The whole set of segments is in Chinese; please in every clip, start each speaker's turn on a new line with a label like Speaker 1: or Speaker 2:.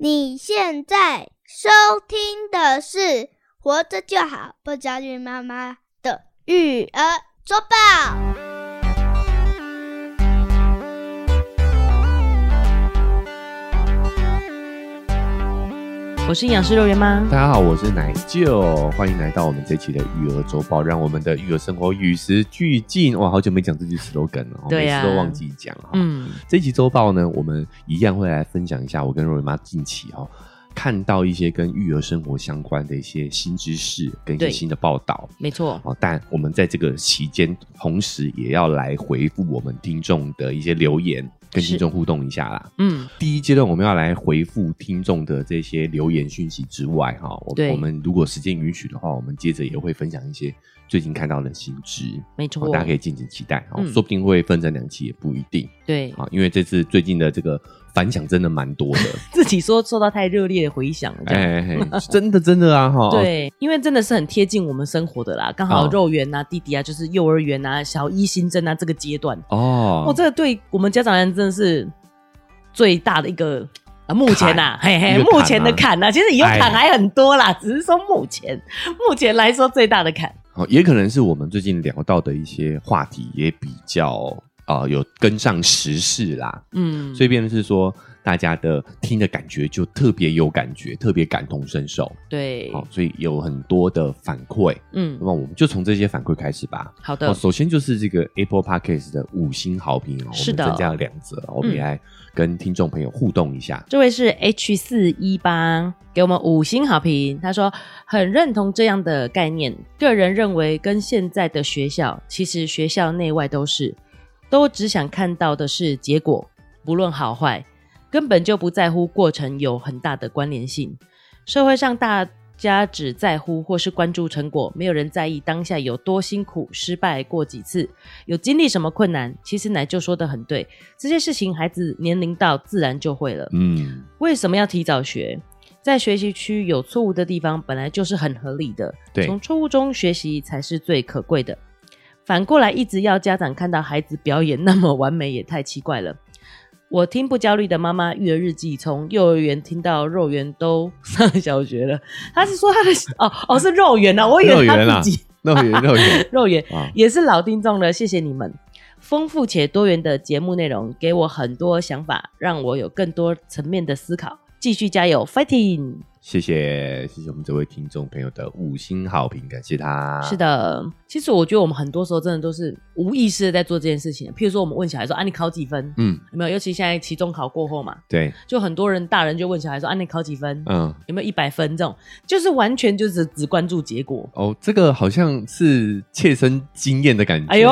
Speaker 1: 你现在收听的是《活着就好》不焦虑妈妈的育儿周报。
Speaker 2: 我是营养师肉圆妈。
Speaker 3: 大家好，我是奶舅，欢迎来到我们这期的育儿周报，让我们的育儿生活与时俱进。哇，好久没讲这句 slogan 了，哦
Speaker 2: 对呀
Speaker 3: 每次都忘记讲哈。
Speaker 2: 嗯，
Speaker 3: 这期周报呢，我们一样会来分享一下我跟若瑞妈近期哦看到一些跟育儿生活相关的一些新知识跟一
Speaker 2: 对
Speaker 3: 些新的报道。
Speaker 2: 没错，
Speaker 3: 哦，但我们在这个期间，同时也要来回复我们听众的一些留言，跟
Speaker 2: 是
Speaker 3: 听众互动一下啦。
Speaker 2: 嗯，
Speaker 3: 第一阶段我们要来回复听众的这些留言讯息之外，哈，我
Speaker 2: 对
Speaker 3: 我们如果时间允许的话，我们接着也会分享一些最近看到的新知，
Speaker 2: 没
Speaker 3: 哦
Speaker 2: 错，
Speaker 3: 大家可以敬请期待，哦
Speaker 2: 嗯
Speaker 3: 说不定会分成两期也不一定
Speaker 2: 对
Speaker 3: 啊，因为这次最近的这个反响真的蛮多的，
Speaker 2: 自己说受到太热烈的回响了， 这样。
Speaker 3: 哎，嘿真的真的啊，哈，
Speaker 2: 对，因为真的是很贴近我们生活的啦，刚好
Speaker 3: 哦
Speaker 2: 肉圆啊、弟弟啊，就是幼儿园啊、小一新生啊这个阶段，
Speaker 3: 哦，
Speaker 2: 哦，这个对我们家长而言真的是最大的一个啊，目前呐、啊，嘿
Speaker 3: 一
Speaker 2: 嘿，
Speaker 3: 个
Speaker 2: 目
Speaker 3: 坎
Speaker 2: 前的
Speaker 3: 啊
Speaker 2: 坎呐、啊，其实以后
Speaker 3: 哎
Speaker 2: 坎还很多啦，只是说目前目前来说最大的坎，
Speaker 3: 哦，也可能是我们最近聊到的一些话题也比较啊、有跟上时事啦，
Speaker 2: 嗯，
Speaker 3: 所以变的是说，大家的听的感觉就特别有感觉，特别感同身受。
Speaker 2: 对，
Speaker 3: 好、所以有很多的反馈，
Speaker 2: 嗯
Speaker 3: 那，么我们就从这些反馈开始吧。
Speaker 2: 好的
Speaker 3: 哦，，首先就是这个 Apple Podcast 的五星好评哦，
Speaker 2: 是的
Speaker 3: 我们增加了两则，我们也来跟听众朋友互动一下。
Speaker 2: 这位是 H 四一八，给我们五星好评。他说很认同这样的概念，个人认为跟现在的学校，其实学校内外都是，都只想看到的是结果，不论好坏，根本就不在乎过程有很大的关联性。社会上大家只在乎或是关注成果，没有人在意当下有多辛苦，失败过几次，有经历什么困难。其实奶就说的很对，这些事情孩子年龄到自然就会了。
Speaker 3: 嗯，
Speaker 2: 为什么要提早学？在学习区有错误的地方，本来就是很合理的。
Speaker 3: 对
Speaker 2: 从错误中学习才是最可贵的。反过来，一直要家长看到孩子表演那么完美，也太奇怪了。我听不焦虑的妈妈育儿日记，从幼儿园听到肉圆都上小学了。他是说他的哦哦是肉圆啊，我以为
Speaker 3: 肉圆
Speaker 2: 他
Speaker 3: 啊
Speaker 2: 自己
Speaker 3: 肉圆肉圆
Speaker 2: 肉圆
Speaker 3: 啊，
Speaker 2: 也是老听众了，谢谢你们。丰富且多元的节目内容给我很多想法，让我有更多层面的思考。继续加油，fighting！、
Speaker 3: 谢谢谢谢我们这位听众朋友的五星好评，感谢他。
Speaker 2: 是，的，其实我觉得我们很多时候真的都是无意识的在做这件事情。譬如说，我们问小孩说：“啊，你考几分？”
Speaker 3: 嗯，
Speaker 2: 有没有？尤其现在期中考过后嘛，
Speaker 3: 对，
Speaker 2: 就很多人大人就问小孩说：“啊，你考几分？
Speaker 3: 嗯，
Speaker 2: 有没有一百分？”这种就是完全就是只关注结 果。
Speaker 3: 哦，这个好像是切身经验的感觉。啊
Speaker 2: 哎呦，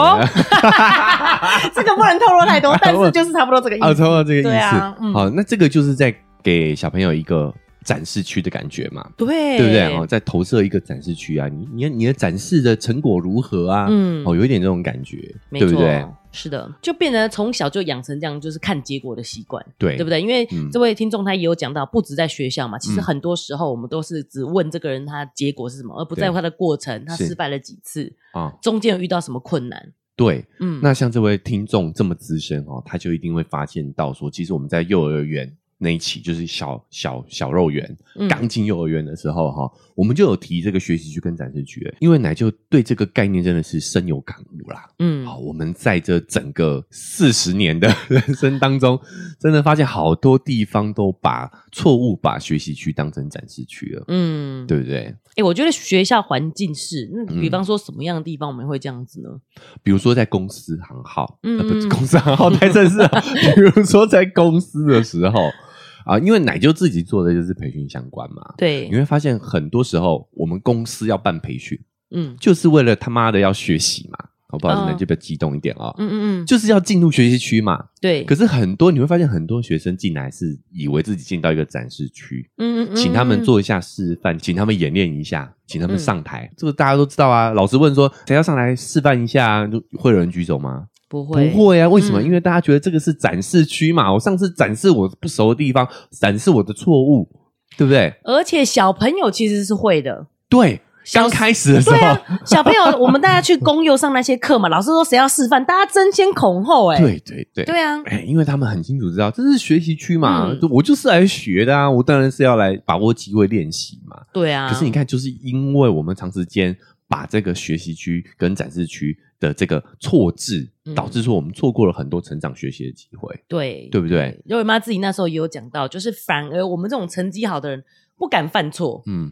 Speaker 2: 这个不能透露太 多，但是就是差不多这个意
Speaker 3: 啊，
Speaker 2: 思。
Speaker 3: 抽到这个意思。
Speaker 2: 对啊嗯
Speaker 3: 好，那这个就是在给小朋友一个展示区的感觉嘛，
Speaker 2: 对，
Speaker 3: 对不对？哦，在投射一个展示区啊，你你你的展示的成果如何啊？
Speaker 2: 嗯
Speaker 3: 哦，有一点这种感觉，
Speaker 2: 没
Speaker 3: 对
Speaker 2: 错，
Speaker 3: 不对？
Speaker 2: 是的，就变得从小就养成这样，就是看结果的习惯，
Speaker 3: 对，
Speaker 2: 对不？对？因为
Speaker 3: 嗯
Speaker 2: 这位听众他也有讲到，不止在学校嘛，其实
Speaker 3: 嗯
Speaker 2: 很多时候我们都是只问这个人他结果是什么，而不
Speaker 3: 对
Speaker 2: 在乎他的过程，他
Speaker 3: 是
Speaker 2: 失败了几次，
Speaker 3: 啊，
Speaker 2: 中间有遇到什么困难。
Speaker 3: 对。
Speaker 2: 嗯，
Speaker 3: 那像这位听众这么资深哦，他就一定会发现到说，其实我们在幼儿园那一期，就是小小小肉圆
Speaker 2: 嗯
Speaker 3: 刚进幼儿园的时候哈、我们就有提这个学习区跟展示区了，因为奶就对这个概念真的是深有感悟啦。
Speaker 2: 嗯
Speaker 3: 啊好，我们在这整个四十年的 人生当中，真的发现好多地方都把错误把学习区当成展示区了，
Speaker 2: 嗯，
Speaker 3: 对不对？
Speaker 2: 哎，我觉得学校环境是，那
Speaker 3: 嗯
Speaker 2: 比方说什么样的地方我们会这样子呢？
Speaker 3: 比如说在公司行号，
Speaker 2: 嗯
Speaker 3: 呃，不
Speaker 2: 嗯
Speaker 3: 是公司行号太正式了。 比如说在公司的时候啊，因为奶就自己做的就是培训相关嘛，
Speaker 2: 对
Speaker 3: 你，会发现很多时候我们公司要办培训，
Speaker 2: 嗯，
Speaker 3: 就是为了他妈的要学习嘛。好不好？你
Speaker 2: 嗯
Speaker 3: 们就比较激动一点啊、哦。
Speaker 2: 嗯嗯嗯，
Speaker 3: 就是要进入学习区嘛，
Speaker 2: 对，
Speaker 3: 可是很多你会发现，很多学生进来是以为自己进到一个展示区，
Speaker 2: 嗯嗯嗯，
Speaker 3: 请他们做一下示范，请他们演练一下，请他们上台。这个大家都知道啊。老师问说谁要上来示范一下啊，就会有人举手吗？
Speaker 2: 不
Speaker 3: 不
Speaker 2: 会
Speaker 3: 会啊。为什么？
Speaker 2: 嗯
Speaker 3: 因为大家觉得这个是展示区嘛。我上次展示我不熟的地方，展示我的错误，对不对？
Speaker 2: 而且小朋友其实是会的。
Speaker 3: 对，
Speaker 2: 小
Speaker 3: 刚开 始的时
Speaker 2: 对
Speaker 3: 候，
Speaker 2: 啊，小 朋友，我们大家去公幼上那些课嘛，老师说谁要示范，大家争先恐后、哎，
Speaker 3: 对对对
Speaker 2: 对啊，
Speaker 3: 哎，因为他们很清楚知道这是学习区嘛，
Speaker 2: 嗯
Speaker 3: 我就是来学的啊，我当然是要来把握机会练习嘛。
Speaker 2: 对啊。
Speaker 3: 可是你，看，就是因为我们长时间把这个学习区跟展示区的这个错置
Speaker 2: 嗯，
Speaker 3: 导致说我们错过了很多成长学习的机会，
Speaker 2: 对
Speaker 3: 对不对？
Speaker 2: 肉圆妈自己那时候也有讲到，就是反而我们这种成绩好的人不敢犯错，
Speaker 3: 嗯，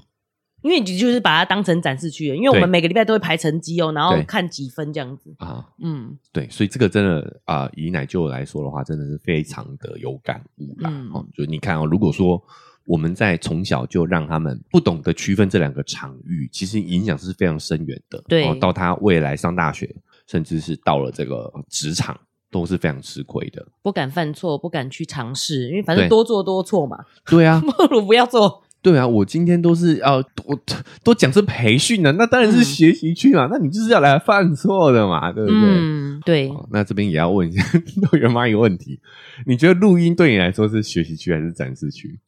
Speaker 2: 因为你就是把它当成展示区了，因为我们
Speaker 3: 对
Speaker 2: 每个礼拜都会排成绩哦，然后
Speaker 3: 对
Speaker 2: 看几分这样子。
Speaker 3: 啊，
Speaker 2: 嗯，
Speaker 3: 对，所以这个真的啊、以奶舅来说的话，真的是非常的有感悟啦。
Speaker 2: 嗯
Speaker 3: 哦，就你看哦，如果说我们在从小就让他们不懂得区分这两个场域，其实影响是非常深远的。
Speaker 2: 对
Speaker 3: 哦，到他未来上大学，甚至是到了这个职场，都是非常吃亏的。
Speaker 2: 不敢犯错，不敢去尝试，因为反正
Speaker 3: 对
Speaker 2: 多做多错嘛，
Speaker 3: 对啊，
Speaker 2: 不如不要做。
Speaker 3: 对啊，我今天都是要、我都讲是培训的，那当然是
Speaker 2: 嗯
Speaker 3: 学习去嘛，那你就是要来犯错的嘛，对不对？
Speaker 2: 嗯，对，
Speaker 3: 哦，那这边也要问一下 豆圆妈一个问题：你觉得录音对你来说是学习区还是展示区？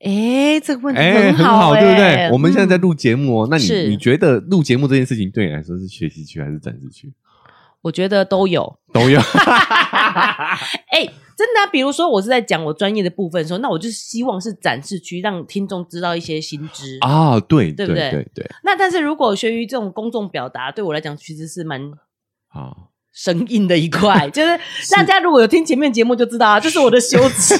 Speaker 2: 哎，这个问题
Speaker 3: 哎很
Speaker 2: 好，
Speaker 3: 对不
Speaker 2: 哎
Speaker 3: 对？我们现在在
Speaker 2: 嗯
Speaker 3: 录节目哦，那
Speaker 2: 是
Speaker 3: 你你觉得录节目这件事情对你来说是学习区还是展示区？
Speaker 2: 我觉得都有。
Speaker 3: 都有，
Speaker 2: 哎、真的、啊，比如说我是在讲我专业的部分的时候，那我就是希望是展示区，让听众知道一些新知啊。
Speaker 3: 啊，对
Speaker 2: 对不
Speaker 3: 对
Speaker 2: 对
Speaker 3: 对对，
Speaker 2: 那但是如果学于这种公众表达，对我来讲其实是蛮
Speaker 3: 啊，
Speaker 2: 生硬的一 块，就是大家如果有听前面节目就知道啊，这是我的羞 耻，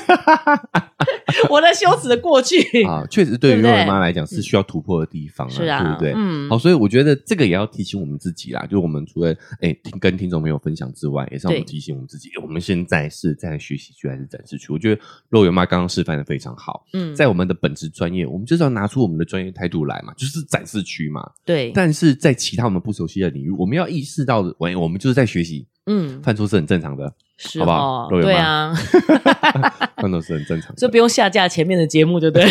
Speaker 2: 我的羞耻的过去。
Speaker 3: 啊，确实对
Speaker 2: 对
Speaker 3: 于
Speaker 2: 不
Speaker 3: 肉
Speaker 2: 对嗯
Speaker 3: 圆妈来讲是需要突破的地方啊，
Speaker 2: 是啊，
Speaker 3: 对不对？
Speaker 2: 嗯，
Speaker 3: 好，所以我觉得这个也要提醒我们自己啦，就我们除了哎、听跟听众朋友分享之外，也是让我们
Speaker 2: 对
Speaker 3: 提醒我们自己，我们现在是在学习区还是展示区？我觉得肉圆妈刚刚示范的非常好，
Speaker 2: 嗯，
Speaker 3: 在我们的本职专业，我们就是要拿出我们的专业态度来嘛，就是展示区嘛。
Speaker 2: 对，
Speaker 3: 但是在其他我们不熟悉的领域，我们要意识到的，喂，我们就是在学习，
Speaker 2: 嗯，
Speaker 3: 犯错是很正 常的，
Speaker 2: 是
Speaker 3: 好不好
Speaker 2: 哦
Speaker 3: 肉圆
Speaker 2: 对
Speaker 3: 妈
Speaker 2: 啊，
Speaker 3: 犯错是很正常
Speaker 2: 所以
Speaker 3: 的，
Speaker 2: 不用下架前面的节目，对不对？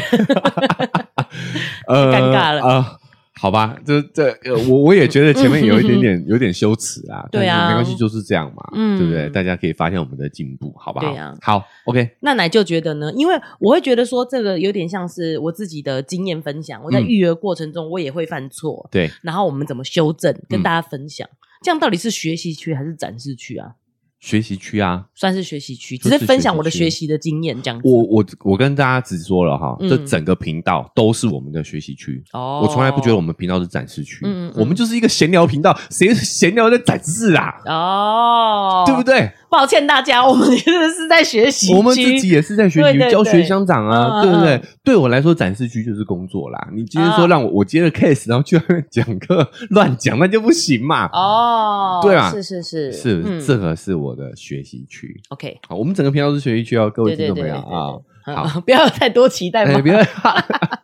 Speaker 3: 呃
Speaker 2: 太尴尬了
Speaker 3: 啊。好吧，这这、呃我我也觉得前面有一 点点有点羞耻啊，
Speaker 2: 对啊
Speaker 3: 但是没关系，就是这样嘛，
Speaker 2: 嗯
Speaker 3: 对不对？大家可以发现我们的进步，好不好？
Speaker 2: 对啊
Speaker 3: 好，OK，
Speaker 2: 那奶就觉得呢，因为我会觉得说这个有点像是我自己的经验分享，我在
Speaker 3: 嗯
Speaker 2: 育儿过程中我也会犯错，
Speaker 3: 对，
Speaker 2: 然后我们怎么修正，
Speaker 3: 嗯
Speaker 2: 跟大家分享。这样到底是学习区还是展示区啊？
Speaker 3: 学习区啊，
Speaker 2: 算是学习区，只
Speaker 3: 就是
Speaker 2: 是分享我的
Speaker 3: 学
Speaker 2: 学
Speaker 3: 习区
Speaker 2: 习的经验这样子。
Speaker 3: 我我我跟大家直说了哈，
Speaker 2: 嗯
Speaker 3: 这整个频道都是我们的学习区。
Speaker 2: 哦
Speaker 3: 我从来不觉得我们频道是展示区，
Speaker 2: 嗯嗯嗯
Speaker 3: 我们就是一个闲聊频道，谁闲聊在展示啊？
Speaker 2: 哦，
Speaker 3: 对不？对？
Speaker 2: 抱歉大家，我们 真的是在学习区，
Speaker 3: 我们自己也是在学
Speaker 2: 对
Speaker 3: 习
Speaker 2: 对
Speaker 3: 区教
Speaker 2: 对
Speaker 3: 学乡长啊，
Speaker 2: 嗯
Speaker 3: 对不
Speaker 2: 嗯
Speaker 3: 对？对我来说，展示区就是工作啦。你今天说
Speaker 2: 啊
Speaker 3: 让我我接了 case，然后去外面讲课 乱讲，那就不行嘛。
Speaker 2: 哦，
Speaker 3: 对啊
Speaker 2: 是是是
Speaker 3: 是，
Speaker 2: 嗯
Speaker 3: 这个是我的学习区。
Speaker 2: OK，
Speaker 3: 好，我们整个频道是学习区哦，各位
Speaker 2: 对
Speaker 3: 听
Speaker 2: 对
Speaker 3: 众
Speaker 2: 对
Speaker 3: 朋
Speaker 2: 对
Speaker 3: 友啊，
Speaker 2: 对
Speaker 3: 好
Speaker 2: 不要有太多期待嘛
Speaker 3: 哎，，不要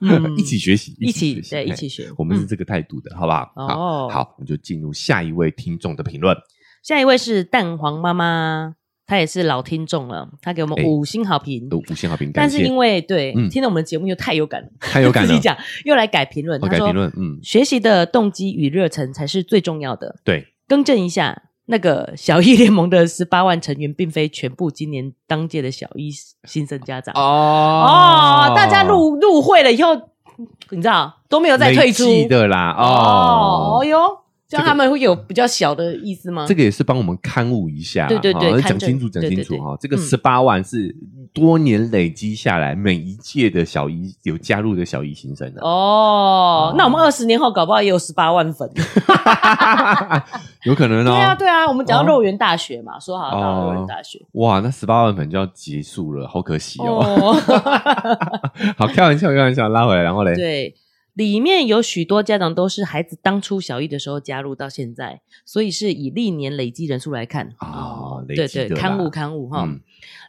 Speaker 2: 嗯
Speaker 3: 一起学习，
Speaker 2: 一起
Speaker 3: 学习
Speaker 2: 对
Speaker 3: 哎
Speaker 2: 一起学，
Speaker 3: 我们是
Speaker 2: 嗯
Speaker 3: 这个态度的，好不好？
Speaker 2: 哦
Speaker 3: 好，好，我们就进入下一位听众的评论。
Speaker 2: 下一位是蛋黄妈妈，她也是老听众了，她给我们
Speaker 3: 哎
Speaker 2: 五星好评。
Speaker 3: 都五星好评，
Speaker 2: 但
Speaker 3: 感
Speaker 2: 是
Speaker 3: 谢，
Speaker 2: 因为对、
Speaker 3: 嗯
Speaker 2: 听了我们的节目又太有感了，
Speaker 3: 太有感
Speaker 2: 自
Speaker 3: 了
Speaker 2: 己。讲又来改评论。
Speaker 3: 哦
Speaker 2: 她说
Speaker 3: 改评论嗯
Speaker 2: 学习的动机与热忱才是最重要的。
Speaker 3: 对，
Speaker 2: 更正一下，那个小一联盟的十八万成员，并非全部今年当届的小一新生家长。
Speaker 3: 哦
Speaker 2: 哦大家入入会了以后，你知道都没有再退出
Speaker 3: 累计的啦，
Speaker 2: 哦
Speaker 3: 哦。
Speaker 2: 哟，这样
Speaker 3: 这个
Speaker 2: 他们会有比较小的意思吗？
Speaker 3: 这个也是帮我们刊物一下啦，
Speaker 2: 嗯对对对
Speaker 3: 哦
Speaker 2: 刊
Speaker 3: 讲
Speaker 2: 正
Speaker 3: 清楚，讲
Speaker 2: 对对
Speaker 3: 清楚
Speaker 2: 对
Speaker 3: 哈。这个
Speaker 2: 嗯
Speaker 3: 十八万是多年累积下来，每一届的小一有加入的小一新生的，
Speaker 2: 哦
Speaker 3: 哦，
Speaker 2: 那我们二十年后搞不好也有十八万 粉。
Speaker 3: 有可能
Speaker 2: 对啊，
Speaker 3: 哦。
Speaker 2: 对啊，我们讲到
Speaker 3: 哦
Speaker 2: 肉圆大学嘛，说好要到肉圆大学。
Speaker 3: 哇，那十八万粉就要结束了，好可惜哦。
Speaker 2: 哦，
Speaker 3: 好，开玩笑，开玩笑，拉回来，然后嘞，
Speaker 2: 对，里面有许多家长都是孩子当初小一的时候加入到现在，所以是以历年累积人数来看。
Speaker 3: 哦累
Speaker 2: 嗯对
Speaker 3: 积的
Speaker 2: 对，
Speaker 3: 啦
Speaker 2: 刊物刊物哈
Speaker 3: 嗯。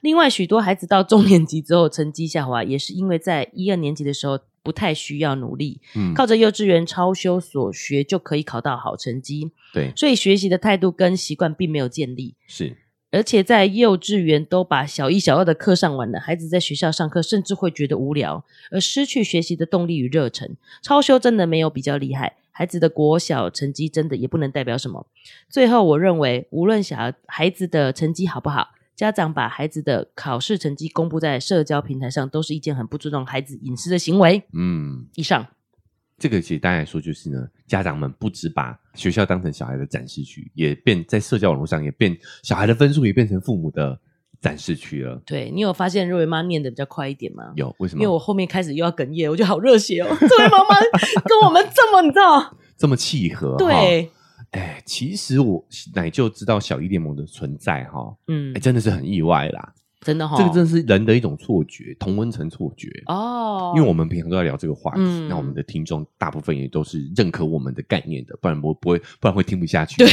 Speaker 2: 另外，许多孩子到中年级之后成绩下滑，也是因为在一二年级的时候不太需要努力，
Speaker 3: 嗯，
Speaker 2: 靠着幼稚园超修所学就可以考到好成绩，
Speaker 3: 对，
Speaker 2: 所以学习的态度跟习惯并没有建立。
Speaker 3: 是，
Speaker 2: 而且在幼稚园都把小一、小二的课上完了，孩子在学校上课甚至会觉得无聊，而失去学习的动力与热忱。超修真的没有比较厉害，孩子的国小成绩真的也不能代表什么。最后，我认为无论小孩子的成绩好不好，家长把孩子的考试成绩公布在社交平台上，都是一件很不尊重孩子隐私的行为。
Speaker 3: 嗯，
Speaker 2: 以上，
Speaker 3: 这个其实大家来说就是呢，家长们不只把学校当成小孩的展示区，也变在社交网络上也变小孩的分数也变成父母的展示区了。
Speaker 2: 对你有发现瑞文妈念的比较快一点吗？
Speaker 3: 有为什
Speaker 2: 因
Speaker 3: 么？
Speaker 2: 为我后面开始又要哽咽，我就好热血哦！ 这位妈妈跟我们这么，你知道？
Speaker 3: 这么契合？
Speaker 2: 对，
Speaker 3: 哈，哎，其实我奶就知道小一联盟的存在哈，
Speaker 2: 嗯
Speaker 3: 哎，，真的是很意外啦。
Speaker 2: 真的哈，
Speaker 3: 这个真的是人的一种错觉，同温层错觉。
Speaker 2: 哦，
Speaker 3: 因为我们平常都在聊这个话题，
Speaker 2: 嗯
Speaker 3: 那我们的听众大部分也都是认可我们的概念的，不然不不会，不然会听不下 去，对，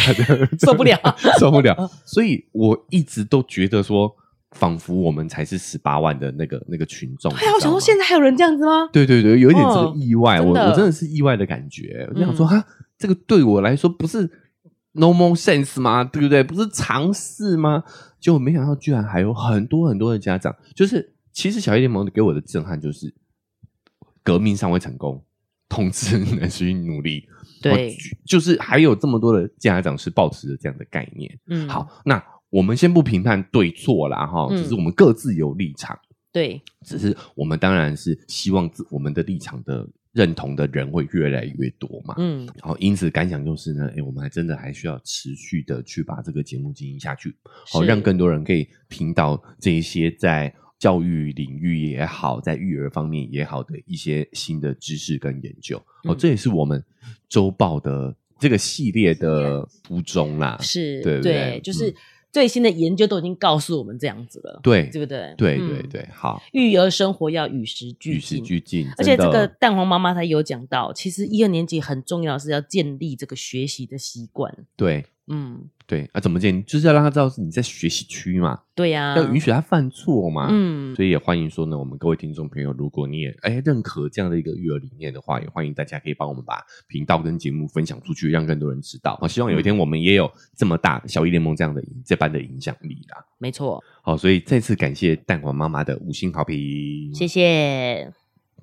Speaker 2: 受不了，
Speaker 3: 受不了。所以我一直都觉得说，仿佛我们才是十八万的那个那个群众。
Speaker 2: 对啊，我想说现
Speaker 3: 在，
Speaker 2: 在还有人这样子吗？
Speaker 3: 对对对，有一点这个
Speaker 2: 哦
Speaker 3: 意外，
Speaker 2: 真
Speaker 3: 我
Speaker 2: 的
Speaker 3: 我真的是意外的感觉。我就想说，
Speaker 2: 嗯
Speaker 3: 哈，这个对我来说不是 normal sense 吗？对不对？不是尝试吗？结果没想到，居然还有很多很多的家长，就是其实小一联盟给我的震撼就是，革命尚未成功，统治 仍需努力。
Speaker 2: 对，
Speaker 3: 我就是还有这么多的家长是抱持着这样的概念。
Speaker 2: 嗯，，
Speaker 3: 好，那我们先不评判对错啦，哈，
Speaker 2: 嗯
Speaker 3: 只是我们各自有立场，
Speaker 2: 对，
Speaker 3: 只是我们当然是希望自我们的立场的认同的人会越来越多嘛。
Speaker 2: 嗯，
Speaker 3: 然后，因此感想就是呢，哎，我们还真的还需要持续的去把这个节目经营下去，好、
Speaker 2: 是
Speaker 3: 让更多人可以听到这一些在教育领域也好，在育儿方面也好的一些新的知识跟研究。哦，
Speaker 2: 嗯
Speaker 3: 这也是我们周报的这个系列的初衷啦。
Speaker 2: 是，
Speaker 3: 对不对
Speaker 2: 就是
Speaker 3: 嗯
Speaker 2: 最新的研究都已经告诉我们这样子了，
Speaker 3: 对，
Speaker 2: 对不对？
Speaker 3: 对
Speaker 2: 嗯
Speaker 3: 对，对，好，
Speaker 2: 育儿生活要与时俱
Speaker 3: 与时
Speaker 2: 进。
Speaker 3: 俱进。
Speaker 2: 而且
Speaker 3: 真
Speaker 2: 这
Speaker 3: 的
Speaker 2: 个蛋黄妈妈她有讲到，其实一二年级很重要的是要建立这个学习的习惯。
Speaker 3: 对
Speaker 2: 嗯，
Speaker 3: 对啊，怎么建？就是要让他知道是你在学习区嘛，
Speaker 2: 对呀、
Speaker 3: 要允许他犯错嘛。
Speaker 2: 嗯，
Speaker 3: 所以也欢迎说呢，我们各位听众朋友，如果你也哎认可这样的一个育儿理念的话，也欢迎大家可以帮我们把频道跟节目分享出去，让更多人知道。好，希望有
Speaker 2: 嗯
Speaker 3: 一天我们也有这么大小一联盟这样的这般的影响力啦。
Speaker 2: 没错，
Speaker 3: 好，所以再次感谢蛋黄妈妈的五星好评，
Speaker 2: 谢谢。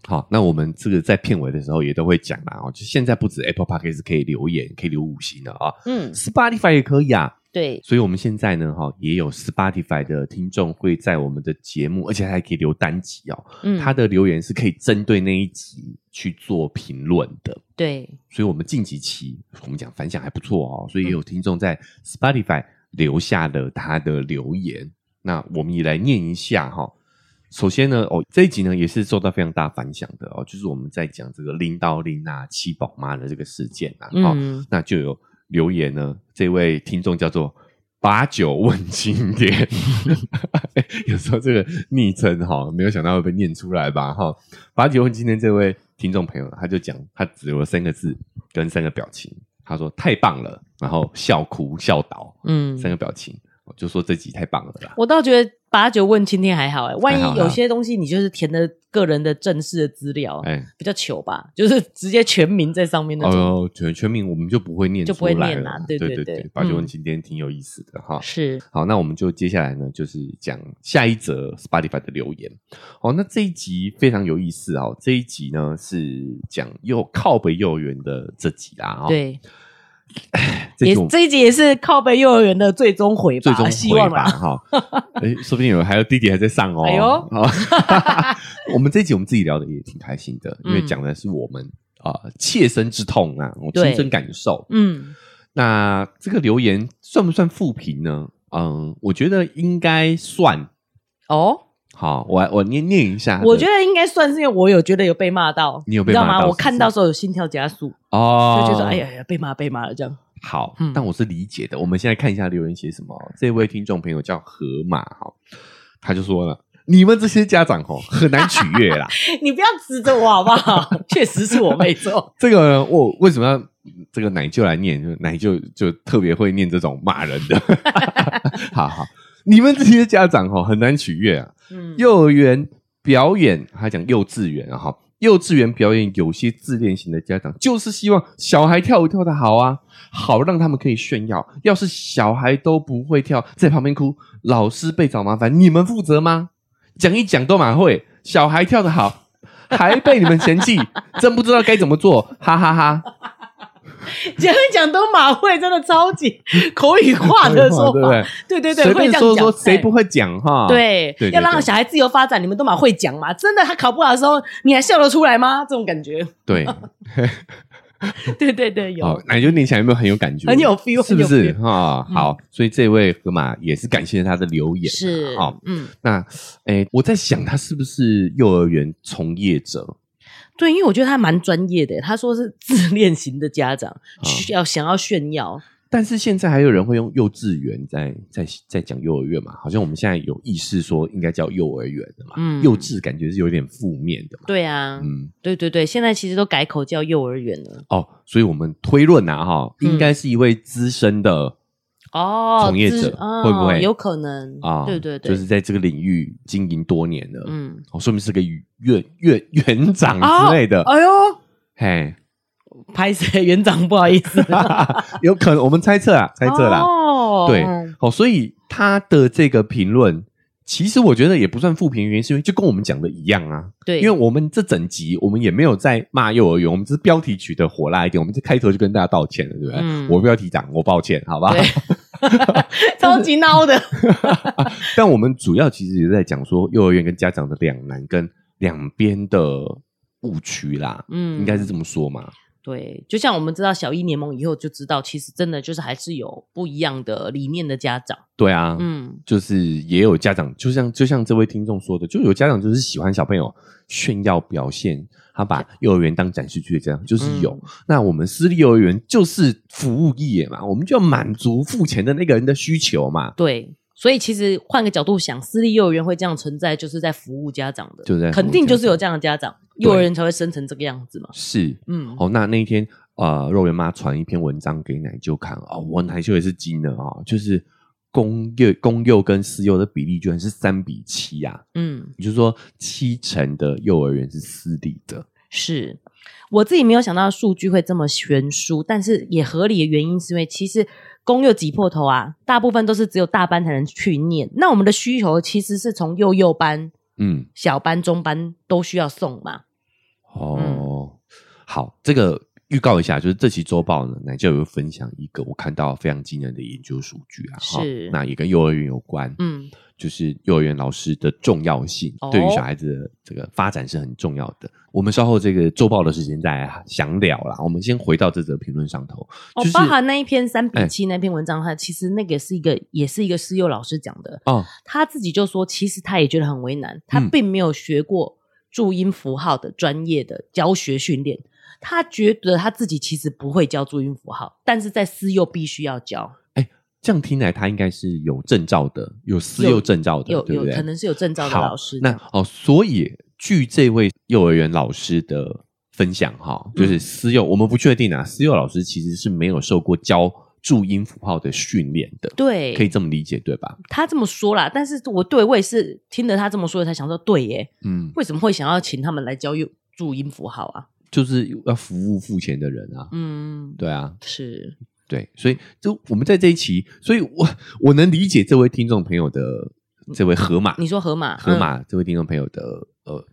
Speaker 3: 好，那我们这个在片尾的时候也都会讲啦哦，就现在不止 Apple Podcast 可以留言，可以留五星的啊、
Speaker 2: 嗯，
Speaker 3: s p o t i f y 也可以啊。
Speaker 2: 对，
Speaker 3: 所以我们现在呢，哈，也有 Spotify 的听众会在我们的节目，而且还可以留单集哦。
Speaker 2: 嗯，
Speaker 3: 他的留言是可以针对那一集去做评论的。
Speaker 2: 对，
Speaker 3: 所以我们近几期我们讲反响还不错哦，所以也有听众在 Spotify 留下了他的留言，那我们也来念一下哈、首先呢，哦，这一集呢也是受到非常大反响的哦，就是我们在讲这个林道林娜啊七宝妈的这个事件啊，哦，
Speaker 2: 嗯，
Speaker 3: 那就有留言呢，这位听众叫做把酒问 青天，有时候这个昵称哈，没有想到会被念出来吧哈。把酒问青天这位听众朋友，他就讲他只有三个字跟三个表情，他说太棒了，然后笑哭笑倒
Speaker 2: 嗯，
Speaker 3: 三个表情，我就说这集太棒了啦。
Speaker 2: 我倒觉得把酒问青天还好哎、万
Speaker 3: 还好
Speaker 2: 一
Speaker 3: 啦
Speaker 2: 有些东西你就是填的个人的正式的资料，
Speaker 3: 哎，
Speaker 2: 比较糗吧，就是直接全名在上哦面那种。
Speaker 3: 哦，全全名我们就不会念
Speaker 2: 就
Speaker 3: 出
Speaker 2: 不会
Speaker 3: 来
Speaker 2: 念
Speaker 3: 了
Speaker 2: 啦，
Speaker 3: 对
Speaker 2: 对对
Speaker 3: 对
Speaker 2: 对
Speaker 3: 把酒问
Speaker 2: 嗯
Speaker 3: 青天挺有意思的哈。
Speaker 2: 是，
Speaker 3: 好，那我们就接下来呢，就是讲下一则 Spotify 的留言。哦，那这一集非常有意思哦。这一集呢是讲幼靠北幼儿园的这集啦、哦。，
Speaker 2: 对，
Speaker 3: 这
Speaker 2: 也
Speaker 3: 集我们
Speaker 2: 这一集也是靠背幼儿园的最终回吧，
Speaker 3: 最终
Speaker 2: 希望
Speaker 3: 回吧
Speaker 2: 啦。
Speaker 3: 哈。哎、说不定有还有弟弟还在上哦。
Speaker 2: 哎呦
Speaker 3: 好，我们这一集我们自己聊的也挺开心的，因为
Speaker 2: 嗯
Speaker 3: 讲的是我们啊、切身之痛啊，我亲
Speaker 2: 对
Speaker 3: 身感受。
Speaker 2: 嗯，
Speaker 3: 那这个留言算不算负评呢？嗯，我觉得应该算。
Speaker 2: 哦，
Speaker 3: 好，我我念念一下。
Speaker 2: 我觉得应该算是，因为我有觉得有被骂到，
Speaker 3: 啊你有被
Speaker 2: 知道
Speaker 3: 骂
Speaker 2: 吗？
Speaker 3: 到
Speaker 2: 我
Speaker 3: 是不
Speaker 2: 看
Speaker 3: 是
Speaker 2: 到时候有心跳加速，
Speaker 3: 哦
Speaker 2: 就，觉得哎呀，哎呀，被骂被骂了这样。
Speaker 3: 好，
Speaker 2: 嗯
Speaker 3: 但我是理解的。我们现在看一下留言写什么哦。这位听众朋友叫河马哈，他就说了：“你们这些家长哦，很难取 悦啦。
Speaker 2: 你不要指着我好不好？ 确实是我没
Speaker 3: 。
Speaker 2: 错
Speaker 3: 这个呢我为什么要这个奶舅来念？就是奶舅就特别会念这种骂人的。 好好，你们这些家长哦，很难取悦啊。
Speaker 2: 嗯，
Speaker 3: 幼儿园表演，他讲幼稚园啊哈，幼稚园表演有些自恋型的家长就是希望小孩跳舞跳得好啊，好让他们可以炫耀。要是小孩都不会跳，在旁边哭，老师被找麻烦，你们负责吗？讲一讲都蛮会，小孩跳 得好，还被你们嫌弃，真不知道该怎么做，哈哈哈
Speaker 2: 讲一讲都马会，真的超级 口语化的说
Speaker 3: 对不
Speaker 2: 法对
Speaker 3: 对，？
Speaker 2: 对
Speaker 3: 随
Speaker 2: 对，会
Speaker 3: 便
Speaker 2: 这样
Speaker 3: 说
Speaker 2: 讲
Speaker 3: 说，，谁
Speaker 2: 哎
Speaker 3: 不会讲哈？
Speaker 2: 对
Speaker 3: 对对，
Speaker 2: 要让
Speaker 3: 对
Speaker 2: 小孩自由发展，你们都蛮会讲嘛。真的，他考不好的时候，你还笑得出来吗？这种感 觉，
Speaker 3: 对，
Speaker 2: 对对对，
Speaker 3: 哦
Speaker 2: 有，
Speaker 3: 奶就你想有没有很有感觉？
Speaker 2: 很有 feel，
Speaker 3: 是不
Speaker 2: 很
Speaker 3: 是
Speaker 2: 有
Speaker 3: 哈？
Speaker 2: 嗯
Speaker 3: 好，所以这位河马也是感谢他的留言啊，
Speaker 2: 是
Speaker 3: 好，
Speaker 2: 嗯，
Speaker 3: 那，诶、我在想他是不是幼儿园从业者？
Speaker 2: 对，因为我觉得他蛮专业的，他说是自恋型的家长，
Speaker 3: 啊
Speaker 2: 需要想要炫耀，
Speaker 3: 但是现在还有人会用幼稚园在在在讲幼儿园嘛？好像我们现在有意识说应该叫幼儿园的嘛，
Speaker 2: 嗯
Speaker 3: 幼稚感觉是有点负面的嘛，
Speaker 2: 对啊，
Speaker 3: 嗯，
Speaker 2: 对对对，现在其实都改口叫幼儿园了，
Speaker 3: 哦，所以我们推论啊，哈，
Speaker 2: 嗯
Speaker 3: 应该是一位资深的
Speaker 2: 哦，
Speaker 3: 从业
Speaker 2: 自
Speaker 3: 者
Speaker 2: 哦
Speaker 3: 会不会
Speaker 2: 有可能
Speaker 3: 啊，
Speaker 2: 对对对，
Speaker 3: 就是在这个领域经营多年的，嗯，
Speaker 2: 嗯，
Speaker 3: 哦，说明是个院院园长之类的，
Speaker 2: 哎呦，
Speaker 3: 嘿，
Speaker 2: 拍谁 园长不好意 思，
Speaker 3: 有可能我们猜测啊，猜测啦，
Speaker 2: 哦
Speaker 3: 对，好、所以他的这个评论，其实我觉得也不算负评，原因是因为就跟我们讲的一样啊，
Speaker 2: 对，
Speaker 3: 因为我们这整集我们也没有在骂幼儿园，我们只是标题取得火辣一点，我们这开头就跟大家道歉了，对不对？
Speaker 2: 嗯
Speaker 3: 我标题党，我抱歉，好吧？
Speaker 2: 对，超级孬的，
Speaker 3: 但我们主要其实也在讲说幼儿园跟家长的两难跟两边的误区啦，
Speaker 2: 嗯
Speaker 3: 应该是这么说嘛？
Speaker 2: 对，就像我们知道小一联盟以后，就知道其实真的就是还是有不一样的理念的家长。
Speaker 3: 对啊，
Speaker 2: 嗯，
Speaker 3: 就是也有家长，就像就像这位听众说的，就有家长就是喜欢小朋友炫耀表现，他把幼儿园当展示区的家长就是有。那我们私立幼儿园就是服务业嘛，我们就要满足付钱的那个人的需求嘛，
Speaker 2: 对。所以其实换个角度想，私立幼儿园会这样存在，就是在服务家长的，
Speaker 3: 就是在服务
Speaker 2: 肯定就是
Speaker 3: 家长
Speaker 2: 有这样的家长，幼儿园才会生成这个样子嘛。
Speaker 3: 是。
Speaker 2: 嗯，
Speaker 3: 哦，那那一天，呃，肉圆妈传一篇文章给奶舅看哦，我奶舅也是惊了啊、哦，就是公幼公幼跟私幼的比例居然是三比七啊，
Speaker 2: 嗯，
Speaker 3: 也就是说七成的幼儿园是私立的，
Speaker 2: 是我自己没有想到数据会这么悬殊，但是也合理的原因是因为其实公幼挤破头啊，大部分都是只有大班才能去念，那我们的需求其实是从幼幼班、
Speaker 3: 嗯。
Speaker 2: 小班、中班都需要送嘛。
Speaker 3: 哦，好，这个预告一下，就是这期周报呢，奶舅有分享一个我看到非常惊人的研究数据啊，哈
Speaker 2: 是
Speaker 3: 那也跟幼儿园有关，
Speaker 2: 嗯，
Speaker 3: 就是幼儿园老师的重要性、
Speaker 2: 哦
Speaker 3: 对于小孩子的这个发展是很重要的。我们稍后这个周报的时间再来详聊啦，我们先回到这则评论上头，
Speaker 2: 哦
Speaker 3: 就是，
Speaker 2: 包含那一篇三比
Speaker 3: 哎
Speaker 2: 七那篇文章，它其实那个是一个，也是一个私幼老师讲的，
Speaker 3: 哦，
Speaker 2: 他自己就说，其实他也觉得很为难，他
Speaker 3: 嗯
Speaker 2: 并没有学过注音符号的专业的教学训练，他觉得他自己其实不会教注音符号，但是在私幼必须要教，
Speaker 3: 这样听来他应该是有证照的，有私幼证照的，
Speaker 2: 有
Speaker 3: 对不
Speaker 2: 有
Speaker 3: 对？
Speaker 2: 可能是有证照的
Speaker 3: 好
Speaker 2: 老师这
Speaker 3: 那
Speaker 2: 样，
Speaker 3: 哦，所以据这位幼儿园老师的分享哈，
Speaker 2: 嗯
Speaker 3: 就是私幼，我们不确定啊，私幼老师其实是没有受过教注音符号的训练的，
Speaker 2: 对，
Speaker 3: 可以这么理解对吧？
Speaker 2: 他这么说啦，但是我对我也是听了他这么说才想说，对耶，
Speaker 3: 嗯，
Speaker 2: 为什么会想要请他们来教幼注音符号啊？
Speaker 3: 就是要服务付钱的人啊，
Speaker 2: 嗯，
Speaker 3: 对啊，
Speaker 2: 是，
Speaker 3: 对，所以就我们在这一期，所以我我能理解这位听众朋友的这位河马，
Speaker 2: 嗯你说河马，
Speaker 3: 河
Speaker 2: 嗯
Speaker 3: 马这位听众朋友的呃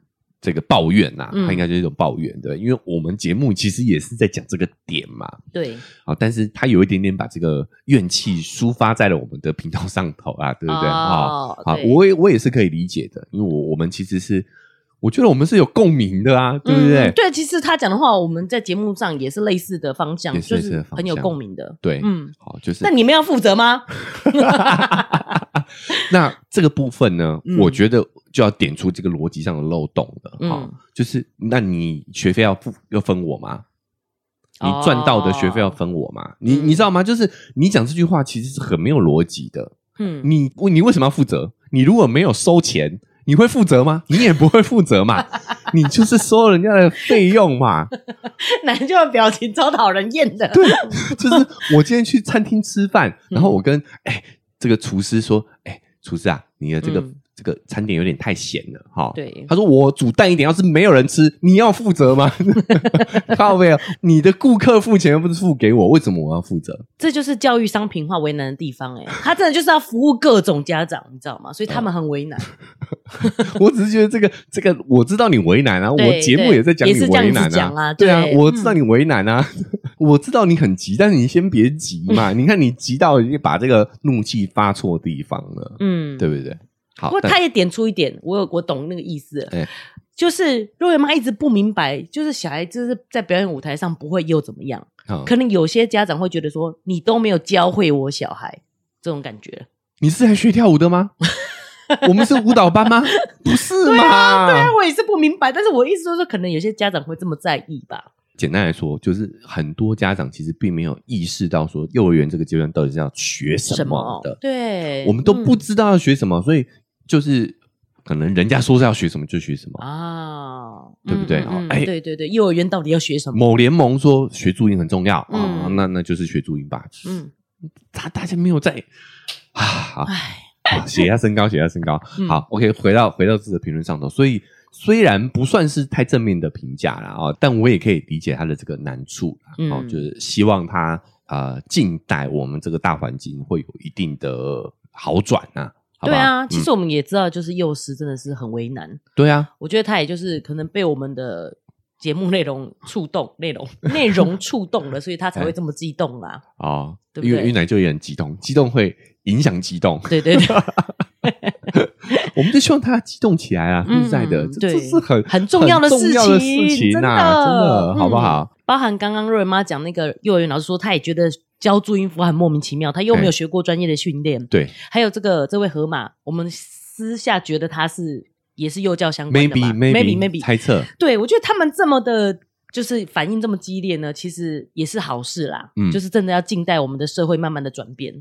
Speaker 3: 这个抱怨呐、
Speaker 2: 嗯
Speaker 3: 他应该就是一种抱怨，对，因为我们节目其实也是在讲这个点嘛，
Speaker 2: 对，
Speaker 3: 啊，但是他有一点点把这个怨气抒发在了我们的频道上头啊，对不对？啊、
Speaker 2: 哦
Speaker 3: 啊，
Speaker 2: 对
Speaker 3: 我也我也是可以理解的，因为我我们其实是，我觉得我们是有共鸣的啊，对不对？
Speaker 2: 嗯对，其实他讲的话，我们在节目上也是类似的方向，
Speaker 3: 也是
Speaker 2: 就
Speaker 3: 类似的
Speaker 2: 是
Speaker 3: 方向
Speaker 2: 很有共鸣的。
Speaker 3: 对，
Speaker 2: 嗯，
Speaker 3: 好，就是
Speaker 2: 那你们要负责吗？
Speaker 3: 那这个部分呢，
Speaker 2: 嗯
Speaker 3: 我觉得就要点出这个逻辑上的漏洞了啊、
Speaker 2: 嗯
Speaker 3: 就是那你学费要付要分我吗？你
Speaker 2: 哦
Speaker 3: 赚到的学费要分我吗？你你知道吗？就是你讲这句话其实是很没有逻辑的。
Speaker 2: 嗯，
Speaker 3: 你你为什么要负责？你如果没有收钱，你会负责吗？你也不会负 责嘛，你就是收人家的费用嘛。
Speaker 2: 男舅的表情超讨人厌的。
Speaker 3: 对，就是我今天去
Speaker 2: 嗯
Speaker 3: 餐厅吃饭，然后我跟哎、这个厨师说，哎、厨师啊，你的这个
Speaker 2: 嗯
Speaker 3: 这个餐点有点太咸了，哈、
Speaker 2: 对
Speaker 3: 他说我煮淡一点，要是没有人吃，你要负责吗？ 靠背啊，你的顾客付钱又不是付给我，为什么我要负责？
Speaker 2: 这就是教育商品化为难的地方 哎、他真的就是要服务各种家长，你知道吗？所以他们很为难。
Speaker 3: 哦我只是觉得这个这个，我知道你为难啊，
Speaker 2: 对
Speaker 3: 我节目
Speaker 2: 对
Speaker 3: 也在讲你
Speaker 2: 也是这样
Speaker 3: 为难
Speaker 2: 子讲啊
Speaker 3: 对啊，
Speaker 2: 对
Speaker 3: 我知道你为难啊， 我知道你很急，但是你先别急 嘛，你看你急到已经把这个怒气发错地方了，
Speaker 2: 嗯，
Speaker 3: 对不对？好
Speaker 2: 不过，
Speaker 3: 但
Speaker 2: 他也点出一点，我有我懂那个意思了
Speaker 3: 哎
Speaker 2: 就是若圆妈一直不明白，就是小孩就是在表演舞台上不会又怎么样？
Speaker 3: 好
Speaker 2: 可能有些家长会觉得说，你都没有教会我小孩这种感觉。
Speaker 3: 你是来学跳舞的吗？我们是舞蹈 班吗？不是嘛？
Speaker 2: 对啊，我也是不明白，但是我意思说说，可能有些家长会这么在意吧。
Speaker 3: 简单来说，就是很多家长其实并没有意识到说幼儿园这个阶段到底是要学什么的，
Speaker 2: 对，
Speaker 3: 我们都不
Speaker 2: 嗯
Speaker 3: 知道要学什么，所以就是可能人家说是要学什么就学什么。
Speaker 2: 啊，
Speaker 3: 对不对
Speaker 2: 嗯
Speaker 3: 哦
Speaker 2: 嗯嗯
Speaker 3: 哎
Speaker 2: 对对对，幼儿园到底要学什么？
Speaker 3: 某联盟说学注音很重要啊，
Speaker 2: 嗯
Speaker 3: 那那就是学注音吧。
Speaker 2: 嗯，
Speaker 3: 他大家没有在啊，
Speaker 2: 哎，
Speaker 3: 啊，血压升高，血压升高。
Speaker 2: 嗯
Speaker 3: 好，OK，回到回到自己的评论上头，所以虽然不算是太正面的评价啦，啊、但我也可以理解他的这个难处啦，
Speaker 2: 嗯
Speaker 3: 哦，就是希望他呃，近代我们这个大环境会有一定的好转呐、好吧？
Speaker 2: 对啊，其
Speaker 3: 嗯
Speaker 2: 实我们也知道，就是幼师真的是很为难。
Speaker 3: 对啊，
Speaker 2: 我觉得他也就是可能被我们的节目内容触动，内 容内容触动了，所以他才会这么激动啦。
Speaker 3: 哦，
Speaker 2: 对不
Speaker 3: 因为
Speaker 2: 对
Speaker 3: 因为奶就也很激动，激动会影响 激动，
Speaker 2: 对对对，
Speaker 3: 我们就希望他激动起来啊！
Speaker 2: 嗯
Speaker 3: 现在的，这
Speaker 2: 对
Speaker 3: 这是很
Speaker 2: 很重要的
Speaker 3: 很重
Speaker 2: 事
Speaker 3: 要的事情
Speaker 2: 真
Speaker 3: 啊，真的
Speaker 2: 嗯
Speaker 3: 好不好？
Speaker 2: 包含刚刚瑞文妈讲那个幼儿园老师说，他也觉得教注音符很莫名其妙，他又没有
Speaker 3: 哎
Speaker 2: 学过专业的训练。
Speaker 3: 对
Speaker 2: 还有这个这位河马，我们私下觉得他是也是幼教相关的
Speaker 3: ，maybe
Speaker 2: 嘛
Speaker 3: maybe
Speaker 2: maybe
Speaker 3: 猜测，
Speaker 2: 对，我觉得他们这么的，就是反应这么激烈呢，其实也是好事啦。
Speaker 3: 嗯
Speaker 2: 就是真的要近代我们的社会慢慢的转变，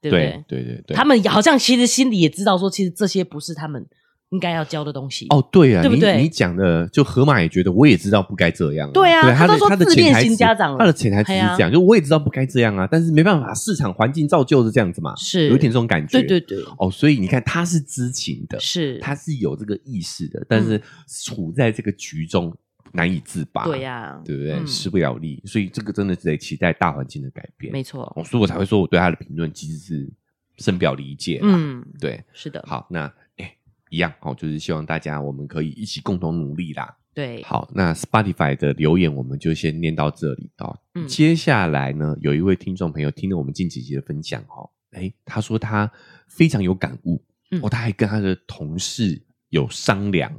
Speaker 2: 对不对？
Speaker 3: 对对对对，
Speaker 2: 他们好像其实心里也知道说，其实这些不是他们应该要教的东西。
Speaker 3: 哦，，对啊，
Speaker 2: 对不对
Speaker 3: 你你讲的，就河马也觉得，我也知道不该这样、啊。
Speaker 2: 对啊他
Speaker 3: 他
Speaker 2: 都
Speaker 3: 的
Speaker 2: 说
Speaker 3: 他的
Speaker 2: 自
Speaker 3: 潜
Speaker 2: 恋
Speaker 3: 台
Speaker 2: 型
Speaker 3: 词
Speaker 2: 家长了
Speaker 3: 他的潜台词是
Speaker 2: 哎呀
Speaker 3: 这样，就我也知道不该这样啊，但是没办法，市场环境造就是这样子嘛，
Speaker 2: 是
Speaker 3: 有一点这种感觉。
Speaker 2: 对对对，
Speaker 3: 哦，所以你看，他是知情的，
Speaker 2: 是，嗯
Speaker 3: 他是有这个意识的，但是处在这个局中难以自拔。
Speaker 2: 对、呀、
Speaker 3: 啊对不对？
Speaker 2: 嗯
Speaker 3: 势不了力，所以这个真的是得期待大环境的改变。
Speaker 2: 没错，
Speaker 3: 哦，所以我才会说我对他的评论其实是深表理解。嗯，
Speaker 2: 嗯，
Speaker 3: 对。
Speaker 2: 是的，
Speaker 3: 好，那哎、一样哦，就是希望大家我们可以一起共同努力啦。
Speaker 2: 对，
Speaker 3: 好，那 Spotify 的留言我们就先念到这里哦。
Speaker 2: 嗯
Speaker 3: 接下来呢，有一位听众朋友听了我们近几集的分享哦，哎，他说他非常有感悟、
Speaker 2: 嗯
Speaker 3: 哦，他还跟他的同事有商量。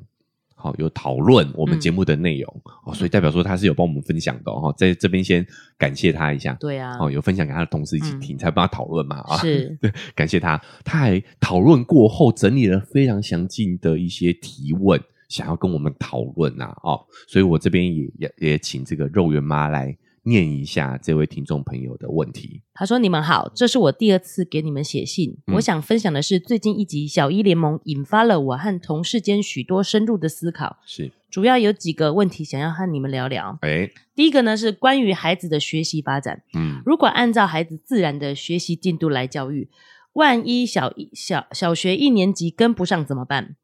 Speaker 3: 好，有讨论我们
Speaker 2: 嗯
Speaker 3: 节目的内容、哦，所以代表说他是有帮我们分享的哦，在这边先感谢他一下。
Speaker 2: 对呀、
Speaker 3: 哦，有分享给他的同事一起
Speaker 2: 嗯
Speaker 3: 听，才帮他讨论嘛啊。
Speaker 2: 是
Speaker 3: 对，感谢他，他还讨论过后整理了非常详尽的一些提问，想要跟我们讨论啊，哦，所以我这边也也也请这个肉圆妈来念一下这位听众朋友的问题。
Speaker 2: 他说：“你们好，这是我第二次给你们写信。
Speaker 3: 嗯
Speaker 2: 我想分享的是，最近一集《小一联盟》引发了我和同事间许多深入的思考，
Speaker 3: 是，
Speaker 2: 主要有几个问题想要和你们聊聊。
Speaker 3: 哎，
Speaker 2: 第一个呢是关于孩子的学习发展。
Speaker 3: 嗯，
Speaker 2: 如果按照孩子自然的学习进度来教育，万一小一小小学一年级跟不上怎么办？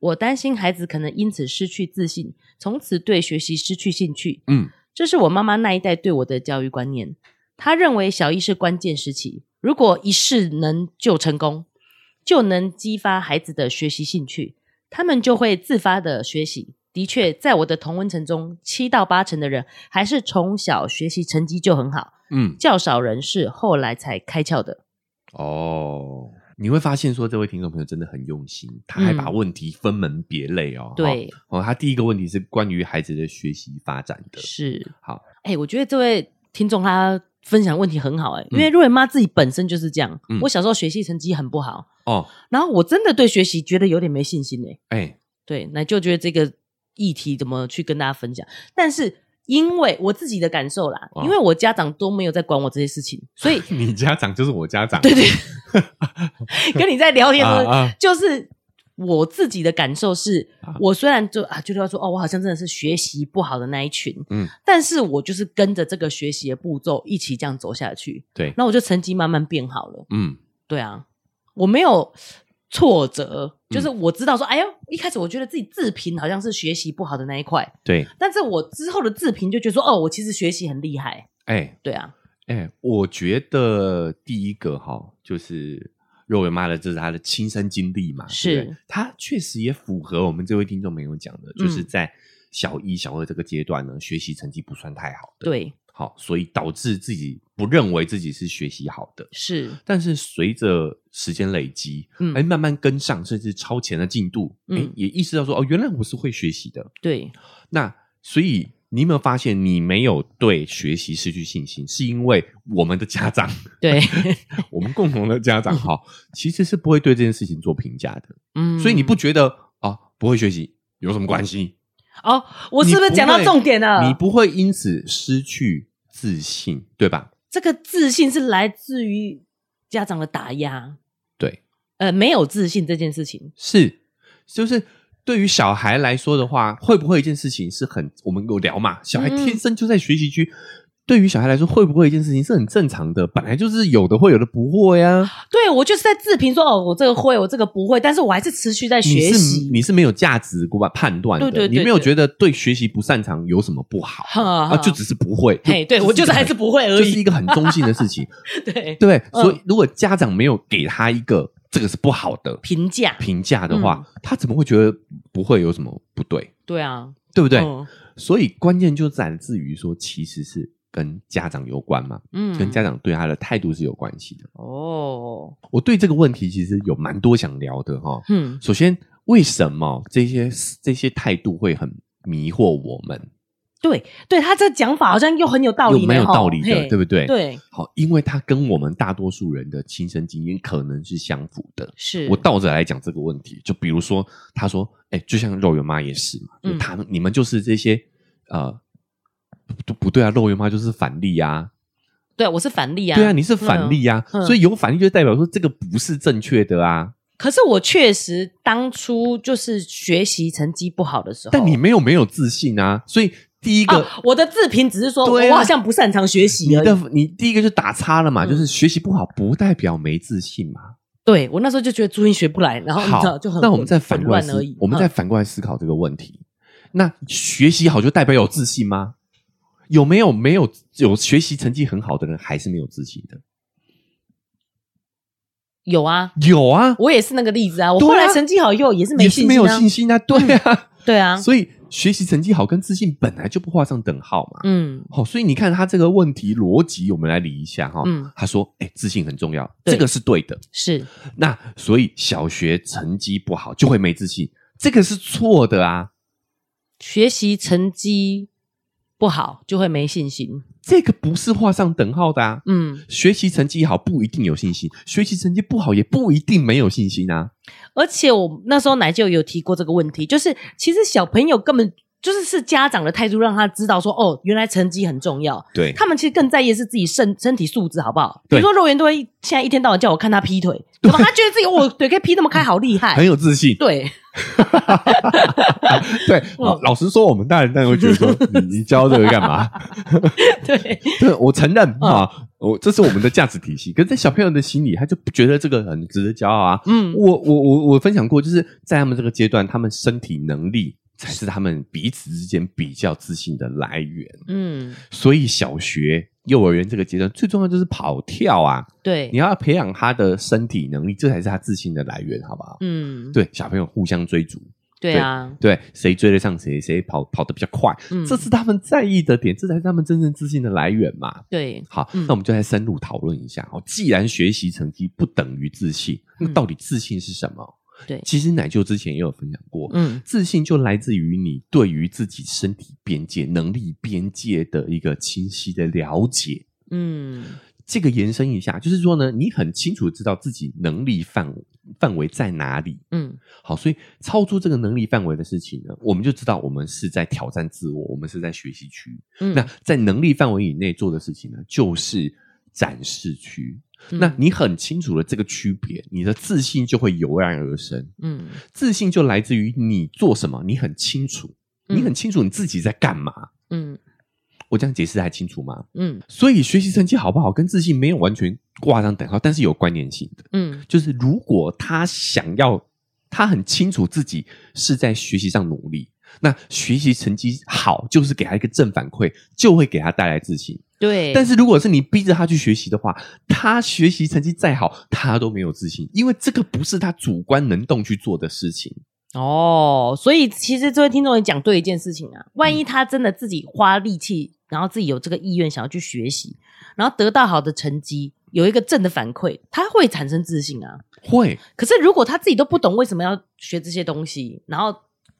Speaker 2: 我担心孩子可能因此失去自信，从此对学习失去兴趣。
Speaker 3: 嗯，
Speaker 2: 这是我妈妈那一代对我的教育观念。她认为小一是关键时期，如果一试能就成功，就能激发孩子的学习兴趣，他们就会自发的学习。的确，在我的同温层中，七到八成的人还是从小学习成绩就很好，
Speaker 3: 嗯，
Speaker 2: 较少人是后来才开窍的。
Speaker 3: 哦。你会发现，说这位听众朋友真的很用心，他还把
Speaker 2: 嗯
Speaker 3: 问题分门别类哦。
Speaker 2: 对
Speaker 3: 哦，哦，他第一个问题是关于孩子的学习发展的。
Speaker 2: 是，
Speaker 3: 好，
Speaker 2: 哎、我觉得这位听众他分享问题很好、哎，因
Speaker 3: 嗯
Speaker 2: 为瑞文妈自己本身就是这样。
Speaker 3: 嗯
Speaker 2: 我小时候学习成绩很不好，
Speaker 3: 哦，
Speaker 2: 然后我真的对学习觉得有点没信心、哎，
Speaker 3: 哎，
Speaker 2: 对，那就觉得这个议题怎么去跟大家分享，但是。因为我自己的感受啦，
Speaker 3: 哦
Speaker 2: 因为我家长都没有在管我这些事情，所 以
Speaker 3: 你家长就是我家长，
Speaker 2: 对对， 跟你在聊天的时候，
Speaker 3: 啊啊
Speaker 2: 就是我自己的感受是，
Speaker 3: 啊
Speaker 2: 我虽然就啊觉得说哦，我好像真的是学习不好的那一群，
Speaker 3: 嗯
Speaker 2: 嗯，但是我就是跟着这个学习的步骤一起这样走下去，
Speaker 3: 对，
Speaker 2: 那我就成绩慢慢变好了。
Speaker 3: 嗯，
Speaker 2: 对啊，我没有挫折，就是我知道说，哎呦，一开始我觉得自己自评好像是学习不好的那一块，
Speaker 3: 对，
Speaker 2: 但是我之后的自评就觉得说，哦，我其实学习很厉害，
Speaker 3: 哎
Speaker 2: 对啊，
Speaker 3: 哎，我觉得第一个哈，就是肉圆妈的，这是她的亲身经历嘛，
Speaker 2: 是
Speaker 3: 对不对她确实也符合我们这位听众朋友讲
Speaker 2: 嗯
Speaker 3: 的，就是在小一、小二这个阶段呢，学习成绩不算太好的，，
Speaker 2: 对，
Speaker 3: 好，所以导致自己不认为自己是学习好的，
Speaker 2: 是，
Speaker 3: 但是随着时间累积，
Speaker 2: 嗯
Speaker 3: 哎，慢慢跟上，甚至超前的进度，哎、
Speaker 2: 嗯
Speaker 3: 也意识到说，哦，原来我是会学习的。
Speaker 2: 对，
Speaker 3: 那所以你有没有发现，你没有对学习失去信心，是因为我们的家长，
Speaker 2: 对，
Speaker 3: 我们共同的家长，哈，其实是不会对这件事情做评价的。
Speaker 2: 嗯，
Speaker 3: 所以你不觉得啊、不会学习有什么关系？
Speaker 2: 哦，我是不是
Speaker 3: 你
Speaker 2: 讲到
Speaker 3: 会
Speaker 2: 重点了？
Speaker 3: 你不会因此失去自信，对吧？
Speaker 2: 这个自信是来自于家长的打压，
Speaker 3: 对，
Speaker 2: 呃，没有自信这件事情，
Speaker 3: 是，就是对于小孩来说的话，会不会一件事情是很我们有聊嘛？小孩天生就在学习区，对于小孩来说，会不会一件事情是很正常的？本来就是有的会，有的不会呀、啊。
Speaker 2: 对我就是在自评说，哦，我这个会，我这个不会，但是我还是持续在
Speaker 3: 你
Speaker 2: 学
Speaker 3: 是
Speaker 2: 习，
Speaker 3: 你是没有价值观判断的，
Speaker 2: 对对对
Speaker 3: 你没有
Speaker 2: 对
Speaker 3: 觉得对学习不擅长有什么不好
Speaker 2: 哈
Speaker 3: 啊？就只是不会，
Speaker 2: 嘿，对我就是还是
Speaker 3: 不
Speaker 2: 不会而
Speaker 3: 就是一
Speaker 2: 已，
Speaker 3: 个很中性的 事情，
Speaker 2: 对，
Speaker 3: 对不对？
Speaker 2: 嗯
Speaker 3: 所以如果家长没有给他一个这个是不好的
Speaker 2: 评价，
Speaker 3: 评价的话，
Speaker 2: 嗯
Speaker 3: 他怎么会觉得不会有什么不对？
Speaker 2: 对啊，
Speaker 3: 对不对？
Speaker 2: 嗯
Speaker 3: 所以关键就在自于说，其实是跟家长有关嘛，
Speaker 2: 嗯
Speaker 3: 跟家长对他的态度是有关系的。
Speaker 2: 哦，
Speaker 3: 我对这个问题其实有蛮多想聊的哈、
Speaker 2: 嗯
Speaker 3: 首先，为什么这些这些态度会很迷惑我们？
Speaker 2: 对对，他这讲法好像又很有道理呢，
Speaker 3: 又蛮有道理
Speaker 2: 哦
Speaker 3: 的，
Speaker 2: 嘿
Speaker 3: 对不对？。
Speaker 2: 对，
Speaker 3: 好，因为它跟我们大多数人的亲身经验可能是相符的。
Speaker 2: 是
Speaker 3: 我倒着来讲这个问题，就比如说，他说：“哎、就像肉圆妈也是嘛，
Speaker 2: 嗯
Speaker 3: 就他们你们就是这些呃，不不对啊，肉圆妈就是反例啊，
Speaker 2: 对我是反例啊，
Speaker 3: 对啊，你是反例啊，
Speaker 2: 嗯嗯
Speaker 3: 所以有反例就代表说这个不是正确的啊。
Speaker 2: 可是我确实当初就是学习成绩不好的时候，
Speaker 3: 但你没有没有自信啊，所以第一个、
Speaker 2: 哦啊，我的自评只是说、
Speaker 3: 对啊
Speaker 2: 我好像不擅长学习
Speaker 3: 你
Speaker 2: 而已。
Speaker 3: 的你第一个就打叉了嘛，
Speaker 2: 嗯
Speaker 3: 就是学习不好不代表没自信嘛。
Speaker 2: 对我那时候就觉得朱茵学不来，然后哦你知道
Speaker 3: 好
Speaker 2: 就很，
Speaker 3: 那我们再反
Speaker 2: 混
Speaker 3: 过来
Speaker 2: 乱
Speaker 3: 思
Speaker 2: 而已，，嗯
Speaker 3: 我们再反过来思考这个问题。那学习好就代表有自信吗？有没有没有有学习成绩很好的人还是没有自信的？
Speaker 2: 有啊，
Speaker 3: 有啊，
Speaker 2: 我也是那个例子啊。我
Speaker 3: 对啊
Speaker 2: 后来成绩好以后也是没
Speaker 3: 也
Speaker 2: 信
Speaker 3: 是
Speaker 2: 心、啊，
Speaker 3: 没有信 心啊，对啊，
Speaker 2: 对啊，
Speaker 3: 所以学习成绩好跟自信本来就不画上等号嘛。
Speaker 2: 嗯
Speaker 3: 好、所以你看他这个问题逻辑，我们来理一下哈、
Speaker 2: 嗯
Speaker 3: 他说：“哎、自信很重要，
Speaker 2: 对
Speaker 3: 这个是对的。
Speaker 2: 是
Speaker 3: 那所以小学成绩不好就会没自信，这个是错的啊。
Speaker 2: 学习成绩不好就会没信心，
Speaker 3: 这个不是画上等号的啊。
Speaker 2: 嗯，
Speaker 3: 学习成绩好不一定有信心，学习成绩不好也不一定没有信心啊。
Speaker 2: 而且我那时候奶就有提过这个问题，就是其实小朋友根本就是是家长的态度让他知道说，哦，原来成绩很重要。
Speaker 3: 对
Speaker 2: 他们其实更在意的是自己身身体素质好不好？比
Speaker 3: 对
Speaker 2: 如说肉圆都会现在一天到晚叫我看他劈腿，怎么他觉得自己我腿可以劈那么开，好厉害
Speaker 3: 很。有 自信。
Speaker 2: 对，
Speaker 3: 对，老老实说，我们大人当然会觉得说，你你教这个干嘛？
Speaker 2: 对，
Speaker 3: 对，我承认啊，我这是我们的价值体系。可是，在小朋友的心里，他就不觉得这个很值得骄傲啊。
Speaker 2: 嗯，
Speaker 3: 我我我我分享过，就是在他们这个阶段，他们身体能力才是他们彼此之间比较自信的来源。
Speaker 2: 嗯，
Speaker 3: 所以，小学、幼儿园这个阶段最重要就是跑跳啊，你
Speaker 2: 对，
Speaker 3: 要培养他的身体能力，这才是他自信的来源，好不好？
Speaker 2: 嗯，
Speaker 3: 对，小朋友互相追逐，
Speaker 2: 对啊，
Speaker 3: 对，谁追得上谁，谁跑跑得比较快，
Speaker 2: 嗯
Speaker 3: 这是他们在意的点，这才是他们真正自信的来源嘛。
Speaker 2: 对，
Speaker 3: 好，
Speaker 2: 嗯
Speaker 3: 那我们就来深入讨论一下。哦，既然学习成绩不等于自信，那
Speaker 2: 嗯
Speaker 3: 到底自信是什么？
Speaker 2: 对
Speaker 3: 其实奶舅之前也有分享过，
Speaker 2: 嗯，
Speaker 3: 自信就来自于你对于自己身体边界、能力边界的一个清晰的了解。
Speaker 2: 嗯，
Speaker 3: 这个延伸一下，就是说呢，你很清楚知道自己能力范范围在哪里。
Speaker 2: 嗯，
Speaker 3: 好，所以超出这个能力范围的事情呢，我们就知道我们是在挑战自我，我们是在学习区。
Speaker 2: 嗯，
Speaker 3: 那在能力范围以内做的事情呢，就是展示区。
Speaker 2: 嗯
Speaker 3: 那，你很清楚了这个区别，你的自信就会油然而生。
Speaker 2: 嗯，
Speaker 3: 自信就来自于你做什么，你很清楚，
Speaker 2: 嗯
Speaker 3: 你很清楚你自己在干嘛。
Speaker 2: 嗯，
Speaker 3: 我这样解释还清楚吗？
Speaker 2: 嗯
Speaker 3: 所以学习成绩好不好跟自信没有完全挂上等号，但是有关联性的。
Speaker 2: 嗯
Speaker 3: 就是如果他想要，他很清楚自己是在学习上努力，那学习成绩好就是给他一个正反馈，就会给他带来自信。
Speaker 2: 对，
Speaker 3: 但是如果是你逼着他去学习的话，他学习成绩再好，他都没有自信，因为这个不是他主观能动去做的事情。
Speaker 2: 哦，所以其实这位听众也讲对一件事情啊，万一他真的自己花力气，然后自己有这个意愿想要去学习，然后得到好的成绩，有一个正的反馈，他会产生自信啊。
Speaker 3: 会，
Speaker 2: 可是如果他自己都不懂为什么要学这些东西，然后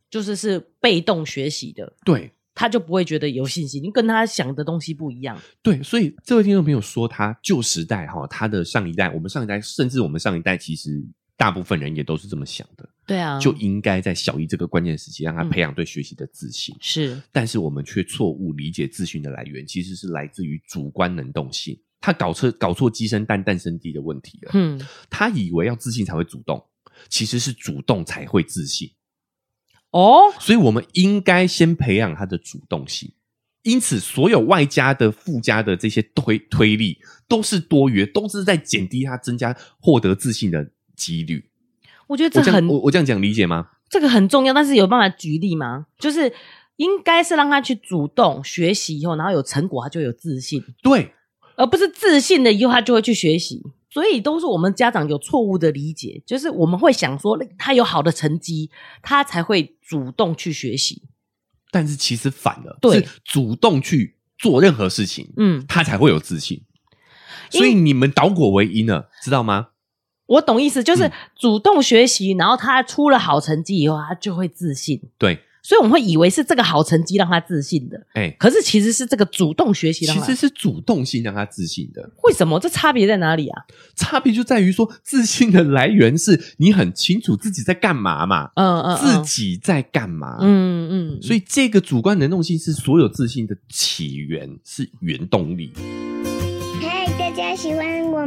Speaker 2: 就是是被动学习的，
Speaker 3: 对
Speaker 2: 他就不会觉得有信心，跟他想的东西不一样。
Speaker 3: 对，所以这位听众朋友说他旧时代哈，他的上一代，我们上一代，甚至我们上一代，其实大部分人也都是这么想的。
Speaker 2: 对啊，
Speaker 3: 就应该在小一这个关键时期，让他
Speaker 2: 嗯
Speaker 3: 培养对学习的自信。
Speaker 2: 是
Speaker 3: 但是我们却错误理解自信的来源，其实是来自于主观能动性。他搞错搞错鸡生蛋，蛋生鸡的问题了。
Speaker 2: 嗯
Speaker 3: 他以为要自信才会主动，其实是主动才会自信。
Speaker 2: 哦，
Speaker 3: 所以我们应该先培养他的主动性。因此，所有外加的、附加的这些推推力都是多余的，都是在减低他增加获得自信的几率。
Speaker 2: 我觉得这
Speaker 3: 我这
Speaker 2: 很
Speaker 3: 样我我这样讲理解吗？
Speaker 2: 这个很重要，但是有办法举例吗？就是应该是让他去主动学习以后，然后有成果，他就有自信，
Speaker 3: 对，
Speaker 2: 而不是自信了以后他就会去学习。所以都是我们家长有错误的理解，就是我们会想说他有好的成绩，他才会主动去学习。
Speaker 3: 但是其实反了，
Speaker 2: 对
Speaker 3: 是主动去做任何事情，
Speaker 2: 嗯，
Speaker 3: 他才会有自信。
Speaker 2: 因
Speaker 3: 所
Speaker 2: 为
Speaker 3: 以你们倒果为因了，知道吗？
Speaker 2: 我懂意思，就是
Speaker 3: 嗯
Speaker 2: 主动学习，然后他出了好成绩以后，他就会自信。
Speaker 3: 对，
Speaker 2: 所以我们会以为是这个好成绩让他自信的，
Speaker 3: 哎、
Speaker 2: 可是其实是这个主动学习
Speaker 3: 其
Speaker 2: 让他。
Speaker 3: 实是主动性让他自信的，
Speaker 2: 为什么这差别在哪里啊？
Speaker 3: 差别就在于说，自信的来源是你很清楚自己在干嘛嘛，
Speaker 2: 嗯嗯，
Speaker 3: 自
Speaker 2: 嗯
Speaker 3: 己在干
Speaker 4: 啊
Speaker 3: 嘛。
Speaker 2: 嗯嗯，
Speaker 3: 所以这个主观能动性是所有自信的起源，是原动力。
Speaker 5: 嗨，大家喜欢我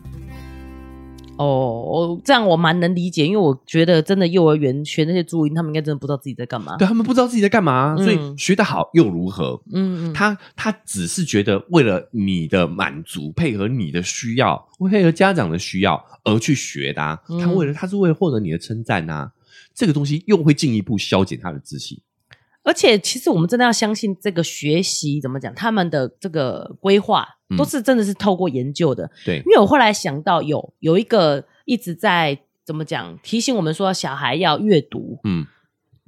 Speaker 2: 哦，我这样我蛮能理解，因为我觉得真的幼儿园学那些注音，他们应该真的不知道自己在干嘛。
Speaker 3: 对他们不知道自己在干嘛，所
Speaker 2: 嗯
Speaker 3: 以学得好又如何？
Speaker 2: 嗯，嗯，
Speaker 3: 他他只是觉得为了你的满足，配合你的需要，配合家长的需要而去学的、啊。
Speaker 2: 嗯
Speaker 3: 他为了他是为了获得你的称赞啊，这个东西又会进一步消减他的自信。
Speaker 2: 而且其实我们真的要相信这个学习怎么讲，他们的这个规划
Speaker 3: 嗯
Speaker 2: 都是真的是透过研究的。
Speaker 3: 对
Speaker 2: 因为我后来想到有有一个一直在怎么讲提醒我们说小孩要阅读，
Speaker 3: 嗯，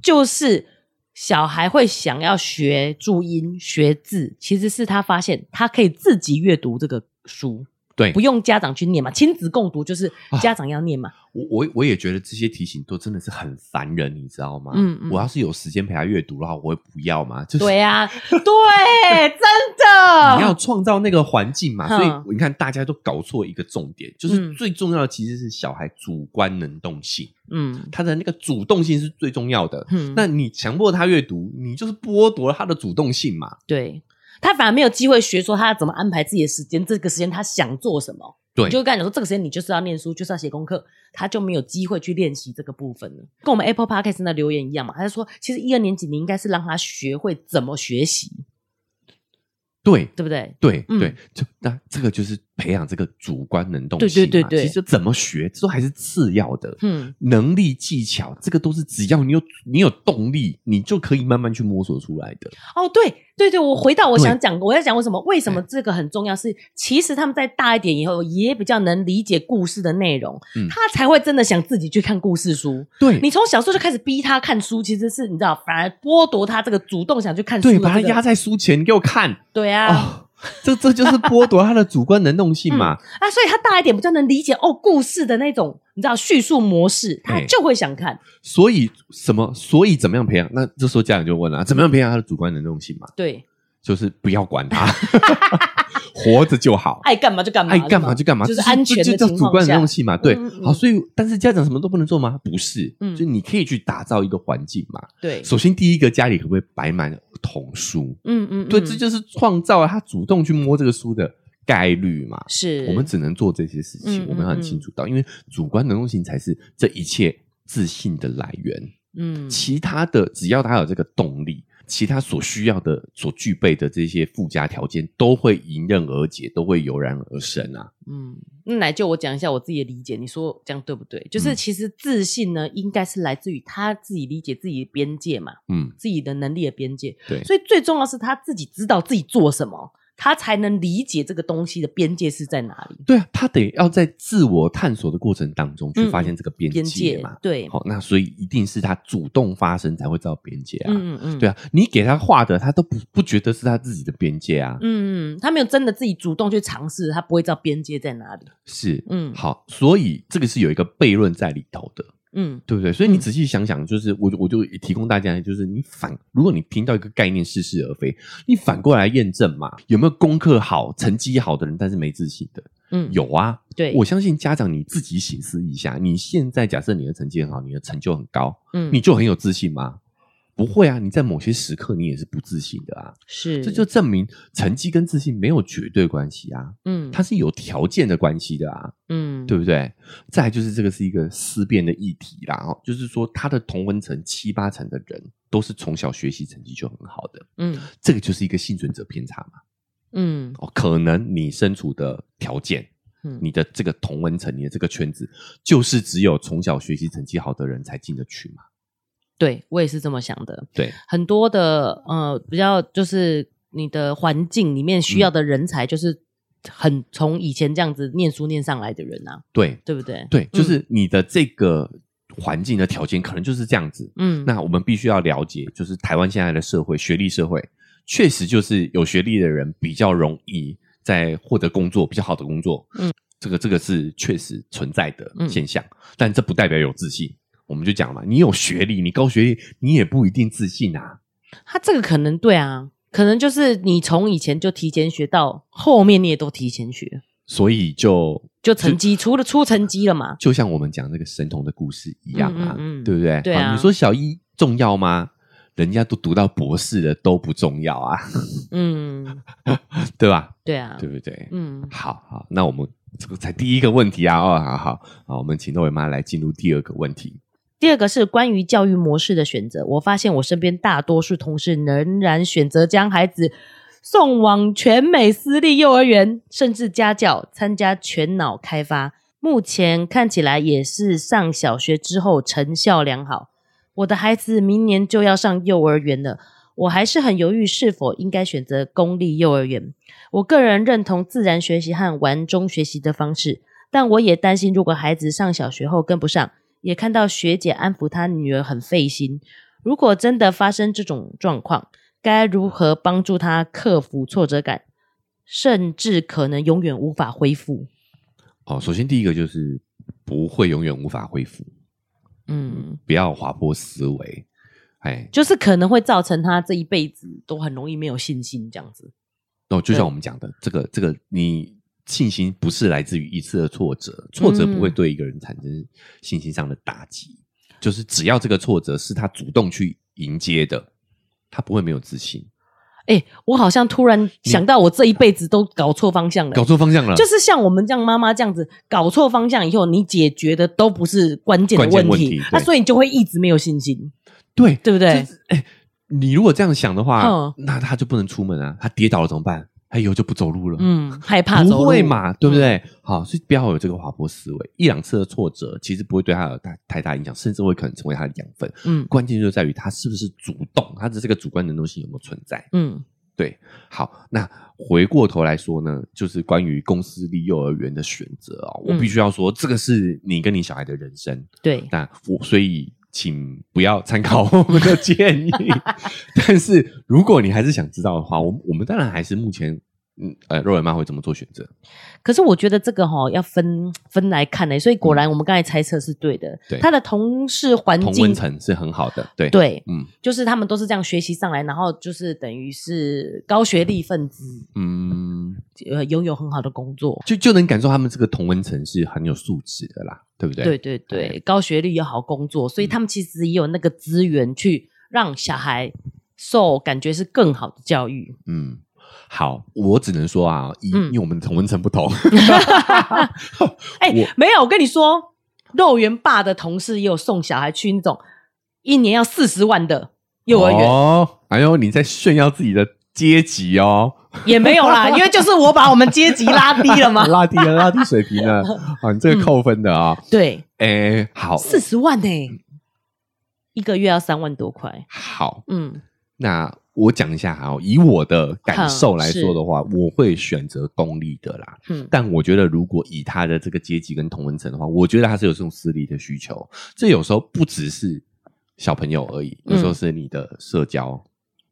Speaker 2: 就是小孩会想要学注音、学字，其实是他发现他可以自己阅读这个书，
Speaker 3: 对
Speaker 2: 不用家长去念嘛，亲子共读就是
Speaker 3: 啊
Speaker 2: 家长要念嘛，
Speaker 3: 我我我也觉得这些提醒都真的是很烦人，你知道吗？
Speaker 2: 嗯嗯
Speaker 3: 啊我要是有时间陪他阅读的话，我会不要嘛？就是
Speaker 2: 对啊，对，真的，
Speaker 3: 你要创造那个环境嘛，
Speaker 2: 嗯
Speaker 3: 所以你看大家都搞错一个重点，就
Speaker 2: 嗯
Speaker 3: 是最重要的其实是小孩主观能动性，
Speaker 2: 嗯
Speaker 3: 他的那个主动性是最重要的。
Speaker 2: 嗯，
Speaker 3: 那你强迫他阅读，你就是剥夺了他的主动性嘛？
Speaker 2: 对。他反而没有机会学说他怎么安排自己的时间，这个时间他想做什么，
Speaker 3: 对
Speaker 2: 你就跟他讲说这个时间你就是要念书，就是要写功课，他就没有机会去练习这个部分了。跟我们 Apple Podcast 的留言一样嘛，他就说其实一二年级你应该是让他学会怎么学习，
Speaker 3: 对
Speaker 2: 对不对？
Speaker 3: 对、
Speaker 2: 嗯
Speaker 3: 对，就那这个就是培养这个主观能动
Speaker 2: 对
Speaker 3: 性
Speaker 2: 对
Speaker 3: 嘛。
Speaker 2: 对对
Speaker 3: 其实怎么学，这都还是次要的。
Speaker 2: 嗯，
Speaker 3: 能力、技巧，这个都是只要你有你有动力，你就可以慢慢去摸索出来的。
Speaker 2: 哦，对对对，我回到我
Speaker 3: 对
Speaker 2: 想讲，我要讲为什么为什么这个很重要是，其实他们在大一点以后也比较能理解故事的内容，
Speaker 3: 嗯
Speaker 2: 他才会真的想自己去看故事书。
Speaker 3: 对，
Speaker 2: 你从小时候就开始逼他看书，其实是你知道，反而剥夺他这个主动想去看书、
Speaker 3: 对，把它压。在书前给我看
Speaker 2: 对啊，
Speaker 3: 哦，这这就是剥夺他的主观能动 性嘛。
Speaker 2: 啊，所以他大一点比较能理解哦，故事的那种你知道叙述模式，他
Speaker 3: 哎
Speaker 2: 就会想看。
Speaker 3: 所啊以什么？所以怎么样培养？那这时候家长就问了、怎么样培养他的主观能动性嘛？
Speaker 2: 对，
Speaker 3: 就是不要管它， 活着就好。
Speaker 6: 爱干嘛就干嘛，
Speaker 3: 爱干嘛就干嘛，
Speaker 6: 就是
Speaker 3: 这
Speaker 6: 安全
Speaker 3: 这就
Speaker 6: 的情
Speaker 3: 叫主
Speaker 6: 况
Speaker 3: 观
Speaker 6: 下
Speaker 3: 能动。性嘛。对
Speaker 6: 嗯嗯，
Speaker 3: 好，所以但是家长什么都不能做吗？不是，
Speaker 6: 嗯
Speaker 3: 就你可以去打造一个环境嘛。
Speaker 6: 对，
Speaker 3: 首先，第一个家里可不可以摆满童书？
Speaker 6: 嗯嗯，
Speaker 3: 对，
Speaker 6: 嗯
Speaker 3: 这就是创造啊了他主动去摸这个书的概率嘛。
Speaker 6: 是
Speaker 3: 我们只能做这些事
Speaker 6: 嗯
Speaker 3: 情，我们要很清楚到，因为主观能动性才是这一切自信的来源。
Speaker 6: 嗯
Speaker 3: 其他的只要他有这个动力，其他所需要的、所具备的这些附加条件都会迎刃而解，都会油然而生啊。
Speaker 6: 嗯，那来就我讲一下我自己的理解，你说这样对不对？就是
Speaker 3: 嗯
Speaker 6: 其实自信呢，应该是来自于他自己理解自己的边界嘛，
Speaker 3: 嗯，
Speaker 6: 自己的能力的边界。
Speaker 3: 对
Speaker 6: 所以最重要是他自己知道自己做什么，他才能理解这个东西的边界是在哪里。
Speaker 3: 对啊，他得要在自我探索的过程当中去发现这个边
Speaker 6: 嗯边
Speaker 3: 界
Speaker 6: 界
Speaker 3: 嘛。
Speaker 6: 对，
Speaker 3: 好、那所以一定是他主动发生才会知道边界啊。
Speaker 6: 嗯嗯嗯，
Speaker 3: 对啊，你给他画的，他都不不觉得是他自己的边界啊。
Speaker 6: 嗯，嗯，他没有真的自己主动去尝试，他不会知道边界在哪里。
Speaker 3: 是，
Speaker 6: 嗯
Speaker 3: 好，所以这个是有一个悖论在里头的，
Speaker 6: 嗯
Speaker 3: 对不对？所以你
Speaker 6: 嗯
Speaker 3: 仔细想想，就是我我就提供大家，就是你反，如果你听到一个概念似是而非，你反过来验证嘛，有没有功课好、成绩好的人，但是没自信的？
Speaker 6: 嗯，
Speaker 3: 有啊，
Speaker 6: 对，
Speaker 3: 我相信家长你自己醒思一下，你现在假设你的成绩很好，你的成就很高，
Speaker 6: 嗯
Speaker 3: 你就很有自信吗？不会啊，你在某些时刻你也是不自信的啊。
Speaker 6: 是
Speaker 3: 这就证明成绩跟自信没有绝对关系啊，
Speaker 6: 嗯
Speaker 3: 它是有条件的关系的啊，
Speaker 6: 嗯
Speaker 3: 对不对？再来就是这个是一个思辨的议题啦，哦，就是说他的同温层七八成的人都是从小学习成绩就很好的，
Speaker 6: 嗯
Speaker 3: 这个就是一个幸存者偏差嘛。
Speaker 6: 嗯
Speaker 3: 哦，可能你身处的条件，
Speaker 6: 嗯
Speaker 3: 你的这个同温层，你的这个圈子，就是只有从小学习成绩好的人才进得去嘛。
Speaker 6: 对我也是这么想的。
Speaker 3: 对，
Speaker 6: 很多的呃比较就是你的环境里面需要的人才，就是很从以前这样子念书念上来的人啊，
Speaker 3: 对，
Speaker 6: 对不对？
Speaker 3: 对，就
Speaker 6: 嗯
Speaker 3: 是你的这个环境的条件可能就是这样子，
Speaker 6: 嗯，
Speaker 3: 那我们必须要了解，就是台湾现在的社会，学历社会确实就是有学历的人比较容易在获得工作，比较好的工作。
Speaker 6: 嗯
Speaker 3: 嗯，这个这个是确实存在的
Speaker 6: 嗯
Speaker 3: 现象，但这不代表有自信。我们就讲嘛，你有学历，你高学历，你也不一定自信啊。
Speaker 6: 他这个可能对啊，可能就是你从以前就提前学到后面，你也都提前学，
Speaker 3: 所以就
Speaker 6: 就成绩除了出成绩了嘛，
Speaker 3: 就像我们讲那个神童的故事一样啊，
Speaker 6: 嗯嗯嗯
Speaker 3: 对不对？
Speaker 6: 对啊
Speaker 3: 你说小一重要吗？人家都读到博士了，都不重要啊，
Speaker 6: 嗯，
Speaker 3: 对吧？
Speaker 6: 对啊，
Speaker 3: 对不对？
Speaker 6: 嗯，
Speaker 3: 好好，那我们这个才第一个问题啊，哦，好好好，我们请各位妈来进入第二个问题。
Speaker 6: 第二个是关于教育模式的选择。我发现我身边大多数同事仍然选择将孩子送往全美私立幼儿园，甚至家教参加全脑开发。目前看起来也是上小学之后成效良好。我的孩子明年就要上幼儿园了，我还是很犹豫是否应该选择公立幼儿园。我个人认同自然学习和玩中学习的方式，但我也担心，如果孩子上小学后跟不上，也看到学姐安抚她女儿很费心。如果真的发生这种状况，该如何帮助她克服挫折感，甚至可能永远无法恢复？
Speaker 3: 哦，首先第一个就是不会永远无法恢复，
Speaker 6: 嗯，
Speaker 3: 不要滑坡思维。哎，
Speaker 6: 就是可能会造成她这一辈子都很容易没有信心这样子。
Speaker 3: 哦，就
Speaker 6: 对
Speaker 3: 像我们讲的，这个这个你。信心不是来自于一次的挫折，挫折不会
Speaker 6: 嗯
Speaker 3: 对一个人产生信心上的打击，就是只要这个挫折是他主动去迎接的，他不会没有自信，
Speaker 6: 哎、我好像突然想到，我这一辈子都搞错方向了。
Speaker 3: 搞错方向了，
Speaker 6: 就是像我们这样妈妈这样子搞错方向以后，你解决的都不是关键的
Speaker 3: 关键
Speaker 6: 问
Speaker 3: 问
Speaker 6: 题
Speaker 3: 题，
Speaker 6: 那、
Speaker 3: 对
Speaker 6: 所以你就会一直没有信心，
Speaker 3: 对
Speaker 6: 对不对？
Speaker 3: 这哎、你如果这样想的话，
Speaker 6: 嗯
Speaker 3: 那他就不能出门啊，他跌倒了怎么办？他以后就不走路了。。
Speaker 6: 嗯，害怕走
Speaker 3: 不
Speaker 6: 路嗯
Speaker 3: 会嘛，对不对？好，所以不要有这个滑坡思维。一两次的挫折其实不会对他有太太大影响，甚至会可能成为他的养分。
Speaker 6: 嗯
Speaker 3: 关键就在于他是不是主动，他的这个主观能动性有没有存在。
Speaker 6: 嗯
Speaker 3: 好，那回过头来说呢，就是关于公私立幼儿园的选择啊、我
Speaker 6: 嗯
Speaker 3: 必须要说，这个是你跟你小孩的人生。
Speaker 6: 对，
Speaker 3: 那我所以请不要参考我们 的建议。但是如果你还是想知道的话，我们我们当然还是目前嗯，呃，肉圆妈会怎么做选择？
Speaker 6: 可是我觉得这个哈、要分分来看欸呢、所以果然我们刚才猜测是对的。
Speaker 3: 嗯对
Speaker 6: 他的同事环
Speaker 3: 同
Speaker 6: 境
Speaker 3: 温层是很好的，对，
Speaker 6: 对，
Speaker 3: 嗯
Speaker 6: 就是他们都是这样学习上来，然后就是等于是高学历分子，
Speaker 3: 嗯，
Speaker 6: 呃，拥有很好的工作。
Speaker 3: 就就能感受他们这个同温层是很有素质的啦，对不对？哎嗯
Speaker 6: 对对对，高学历又好工作，所以他们其实也有那个资源去让小孩受感觉是更好的教育。
Speaker 3: 嗯，好，我只能说啊，一，
Speaker 6: 嗯
Speaker 3: 因为我们的同温层不 同，
Speaker 6: 哎、
Speaker 3: 我
Speaker 6: 没有，我跟你说，肉圆爸的同事也有送小孩去那种一年要四十万的幼儿园，
Speaker 3: 哦，哎呦，你在炫耀自己的阶级哦，
Speaker 6: 也没有 啦，因为就是我把我们阶级拉低了嘛。
Speaker 3: 拉低了，拉低水平 了，啊，你这个扣分的啊，
Speaker 6: 对，
Speaker 3: 哎，好，
Speaker 6: 四十万呢、
Speaker 3: 嗯
Speaker 6: 一个月要三万多块。
Speaker 3: 好，
Speaker 6: 嗯，
Speaker 3: 那我讲一下啊，以我的感受来说
Speaker 6: 好是
Speaker 3: 的话，我会选择公立的啦。
Speaker 6: 嗯
Speaker 3: 但我觉得如果以他的这个阶级跟同文层的话，我觉得他是有这种私立的需求。这有时候不只是小朋友而已，
Speaker 6: 嗯
Speaker 3: 有时候是你的社交。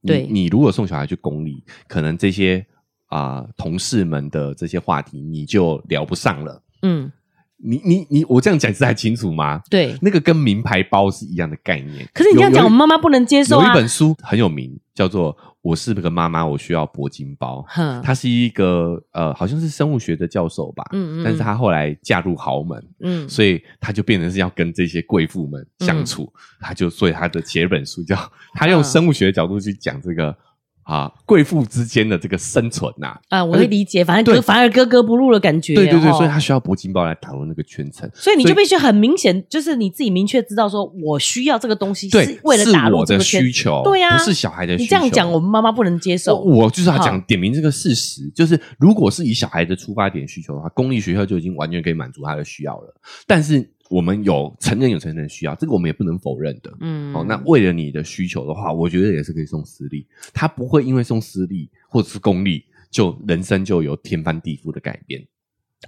Speaker 3: 你
Speaker 6: 对
Speaker 3: 你如果送小孩去公立，可能这些啊、同事们的这些话题你就聊不上了。
Speaker 6: 嗯，
Speaker 3: 你你你，我这样讲是还清楚吗？
Speaker 6: 对。
Speaker 3: 那个跟名牌包是一样的概念。
Speaker 6: 可是你这样
Speaker 3: 有
Speaker 6: 讲，
Speaker 3: 有
Speaker 6: 我妈妈不能接受
Speaker 3: 有一
Speaker 6: 啊。
Speaker 3: 本书很有名，叫做《我是个妈妈，我需要铂金包》。
Speaker 6: 哼，
Speaker 3: 他是一个呃，好像是生物学的教授吧，
Speaker 6: 嗯嗯嗯
Speaker 3: 但是他后来嫁入豪门，
Speaker 6: 嗯，
Speaker 3: 所以他就变成是要跟这些贵妇们相处，他就所以他的写了本书叫他用
Speaker 6: 嗯
Speaker 3: 生物学的角度去讲这个啊贵妇之间的这个生存呐、
Speaker 6: 啊，我会理解，反正
Speaker 3: 对
Speaker 6: 格反而格格不入的感觉。
Speaker 3: 对对对，
Speaker 6: 哦
Speaker 3: 所以他需要铂金包来打入那个圈层，
Speaker 6: 所以你
Speaker 3: 所以
Speaker 6: 就必须很明显，就是你自己明确知道，说我需要这个东西
Speaker 3: 对
Speaker 6: 是，为了
Speaker 3: 是
Speaker 6: 打入
Speaker 3: 我
Speaker 6: 这
Speaker 3: 的
Speaker 6: 个圈
Speaker 3: 需求，
Speaker 6: 对呀、
Speaker 3: 不是小孩的需求。哦
Speaker 6: 你这样讲，我们妈妈不能接受。
Speaker 3: 我我就是要讲
Speaker 6: 好
Speaker 3: 点明这个事实，就是如果是以小孩的出发点需求的话，公立学校就已经完全可以满足他的需要了。但是我们有成人有成人的需要，这个我们也不能否认的。
Speaker 6: 嗯
Speaker 3: 哦，那为了你的需求的话，我觉得也是可以送私立，他不会因为送私立或者是公立，就人生就有天翻地覆的改变。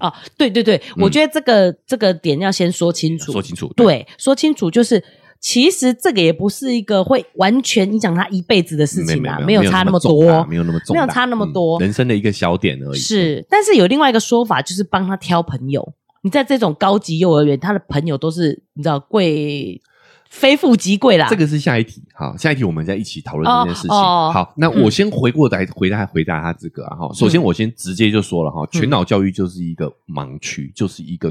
Speaker 6: 哦，对对对，
Speaker 3: 嗯
Speaker 6: 我觉得这个这个点要先说清楚，
Speaker 3: 说清楚，
Speaker 6: 对，说清楚就是。其实这个也不是一个会完全影响他一辈子的事情啊，
Speaker 3: 没
Speaker 6: 有差那么
Speaker 3: 重大
Speaker 6: 多
Speaker 3: 没，有那么重
Speaker 6: 没
Speaker 3: 大，
Speaker 6: 有差那么多
Speaker 3: 人生的一个小点而已。
Speaker 6: 是。但是有另外一个说法，就是帮他挑朋友。你在这种高级幼儿园，他的朋友都是你知道贵非富即贵啦，
Speaker 3: 这个是下一题，好，下一题我们再一起讨论这件事情。
Speaker 6: 哦哦
Speaker 3: 好，那我先回过来回答回答他这个啊，哈，首先我先直接就说了哈，全脑教育就是一个盲区，就是一个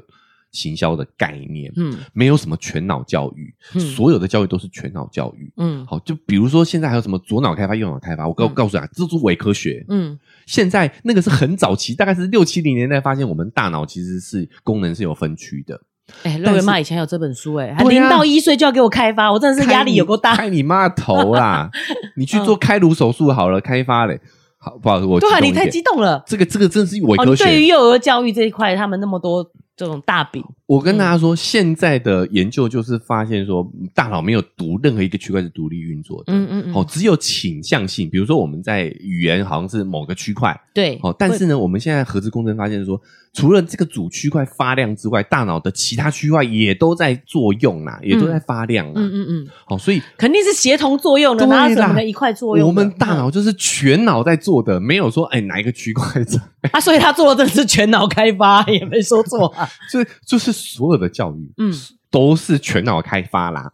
Speaker 3: 行销的概念，
Speaker 6: 嗯
Speaker 3: 没有什么全脑教育，
Speaker 6: 嗯
Speaker 3: 所有的教育都是全脑教育。
Speaker 6: 嗯
Speaker 3: 好，就比如说现在还有什么左脑开发、右脑开发，我告
Speaker 6: 嗯
Speaker 3: 告诉你啊，这是伪科学。
Speaker 6: 嗯
Speaker 3: 现在那个是很早期，大概是六七零年代发现我们大脑其实是功能是有分区的，
Speaker 6: 哎，
Speaker 3: 但
Speaker 6: 肉
Speaker 3: 是
Speaker 6: 圆妈以前有这本书、哎，还
Speaker 3: 对
Speaker 6: 零
Speaker 3: 啊
Speaker 6: 到一岁就要给我开发，我真的是压力有够大。
Speaker 3: 开你开你妈的头 啦！你去做开颅手术好了，开发嘞。好，不好意思，我
Speaker 6: 对啊，
Speaker 3: 动
Speaker 6: 你
Speaker 3: 一点
Speaker 6: 太激动了。
Speaker 3: 这个这个真是伪
Speaker 6: 哦，
Speaker 3: 科
Speaker 6: 你对于
Speaker 3: 学。
Speaker 6: 幼儿教育这一块，他们那么多这种大饼，
Speaker 3: 我跟大家说，现在的研究就是发现说，嗯大脑没有独任何一个区块是独立运作的。
Speaker 6: 嗯嗯嗯
Speaker 3: 哦，只有倾向性，比如说我们在语言好像是某个区块，
Speaker 6: 对，
Speaker 3: 哦，但是呢，我们现在核磁共振发现说，除了这个主区块发亮之外，大脑的其他区块也都在作用啦，也都在发亮啦。
Speaker 6: 嗯嗯嗯，
Speaker 3: 好、所以
Speaker 6: 肯定是协同作用的，
Speaker 3: 对
Speaker 6: 哪有什
Speaker 3: 啦
Speaker 6: 么的一块作用的？嗯
Speaker 3: 我们大脑就是全脑在做的，没有说哎哪一个区块 在，
Speaker 6: 嗯啊，所以他做的真的是全脑开发， 也没说错 啊。
Speaker 3: 就是就是所有的教育，
Speaker 6: 嗯
Speaker 3: 嗯，都是全脑开发啦。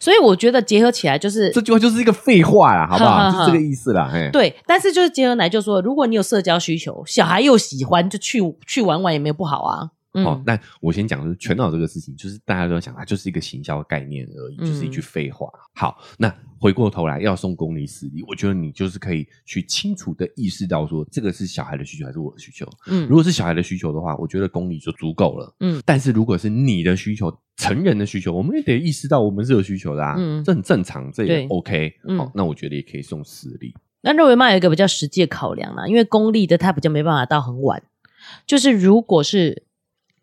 Speaker 6: 所以我觉得结合起来就是
Speaker 3: 这句话就是一个废话啦，好不
Speaker 6: 呵
Speaker 3: 好？
Speaker 6: 呵呵
Speaker 3: 就这个意思啦，哎，
Speaker 6: 对，但是就是结合来就说，如果你有社交需求，小孩又喜欢，就去去玩玩也没有不好啊。嗯，
Speaker 3: 好、那我先讲就是全脑这个事情，就是大家都在想，它就是一个行销概念而已，
Speaker 6: 嗯
Speaker 3: 就是一句废话。好，那回过头来要送公立私立，我觉得你就是可以去清楚的意识到说，这个是小孩的需求还是我的需求。
Speaker 6: 嗯
Speaker 3: 如果是小孩的需求的话，我觉得公立就足够了。
Speaker 6: 嗯
Speaker 3: 嗯，但是如果是你的需求，成人的需求，我们也得意识到我们是有需求的啊，
Speaker 6: 嗯
Speaker 3: 这很正常，这
Speaker 6: 对
Speaker 3: 也 OK。好、
Speaker 6: 嗯
Speaker 3: 那我觉得也可以送私立。
Speaker 6: 那认为嘛有一个比较实际的考量啦，因为公立的它比较没办法到很晚，就是如果是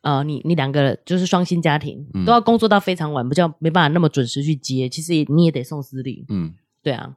Speaker 6: 呃你你两个就是双薪家庭、
Speaker 3: 嗯
Speaker 6: 都要工作到非常晚，比较没办法那么准时去接，其实也你也得送私立，
Speaker 3: 嗯，
Speaker 6: 对啊，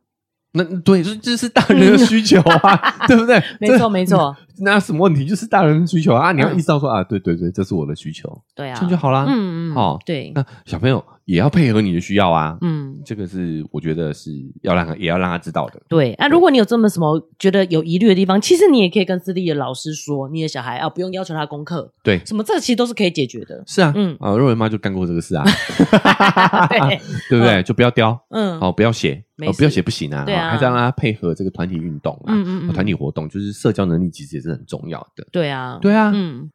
Speaker 3: 那对，这这是大人的需求 啊，对不对？
Speaker 6: 没错
Speaker 3: 这
Speaker 6: 没错，
Speaker 3: 那有什么问题？就是大人的需求啊，啊你要
Speaker 6: 嗯
Speaker 3: 意识到说、啊，对对对，这是我的需求，
Speaker 6: 对啊，
Speaker 3: 这样就好啦。
Speaker 6: 嗯嗯，
Speaker 3: 哦
Speaker 6: 对，
Speaker 3: 那小朋友也要配合你的需要啊。
Speaker 6: 嗯，
Speaker 3: 这个是我觉得是要让他也要让他知道的。
Speaker 6: 对。那、如果你有这么什么觉得有疑虑的地方，其实你也可以跟私立的老师说，你的小孩啊不用要求他功课，
Speaker 3: 对，
Speaker 6: 什么这个其实都是可以解决的。
Speaker 3: 是啊，
Speaker 6: 嗯
Speaker 3: 嗯啊，肉圆妈就干过这个 事啊，
Speaker 6: 对，
Speaker 3: 对不对？就不要雕，
Speaker 6: 嗯，
Speaker 3: 哦，不要写，
Speaker 6: 没
Speaker 3: 哦，
Speaker 6: 事
Speaker 3: 不要写不行啊，
Speaker 6: 对啊
Speaker 3: 哦还是要让他配合这个团体运动啊，
Speaker 6: 嗯嗯嗯
Speaker 3: 哦团体活动，就是社交能力其实也是很重要的。
Speaker 6: 对啊，
Speaker 3: 对啊，
Speaker 6: 嗯。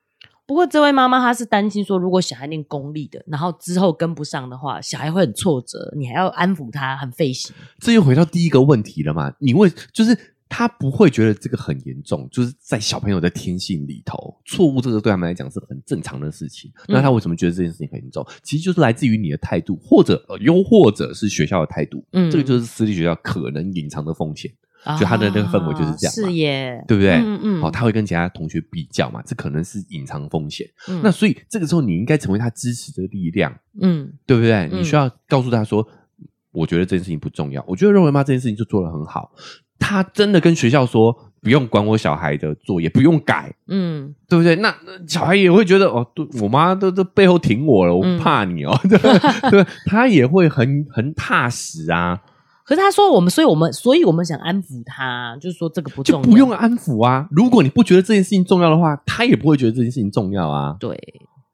Speaker 6: 不过这位妈妈她是担心说，如果小孩念公立的，然后之后跟不上的话，小孩会很挫折，你还要安抚他，很费心。
Speaker 3: 这又回到第一个问题了嘛？你为就是他不会觉得这个很严重，就是在小朋友的天性里头，错误这个对他们来讲是很正常的事情。
Speaker 6: 嗯
Speaker 3: 那他为什么觉得这件事情很严重？其实就是来自于你的态度，或者呃又或者是学校的态度。
Speaker 6: 嗯
Speaker 3: 这个就是私立学校可能隐藏的风险，
Speaker 6: 就
Speaker 3: 就他的那个氛围就是这样嘛
Speaker 6: 啊是耶，
Speaker 3: 对不对？
Speaker 6: 嗯嗯
Speaker 3: 好、哦他会跟其他同学比较嘛，这可能是隐藏风险。
Speaker 6: 嗯
Speaker 3: 那所以这个时候你应该成为他支持的力量，
Speaker 6: 嗯
Speaker 3: 对不对？你
Speaker 6: 嗯
Speaker 3: 需要告诉他说，我觉得这件事情不重要，我觉得认为妈这件事情就做得很好，他真的跟学校说不用管我小孩的作业，不用改。
Speaker 6: 嗯，
Speaker 3: 对不对？那那小孩也会觉得哦，对我妈都都背后挺我了，我
Speaker 6: 嗯
Speaker 3: 怕你哦， 对吧对吧，他也会很很踏实啊，
Speaker 6: 可是他说我们，所以我们，所以我们想安抚他，就是说这个不重
Speaker 3: 就
Speaker 6: 要，
Speaker 3: 不用安抚啊。如果你不觉得这件事情重要的话，他也不会觉得这件事情重要啊，
Speaker 6: 对，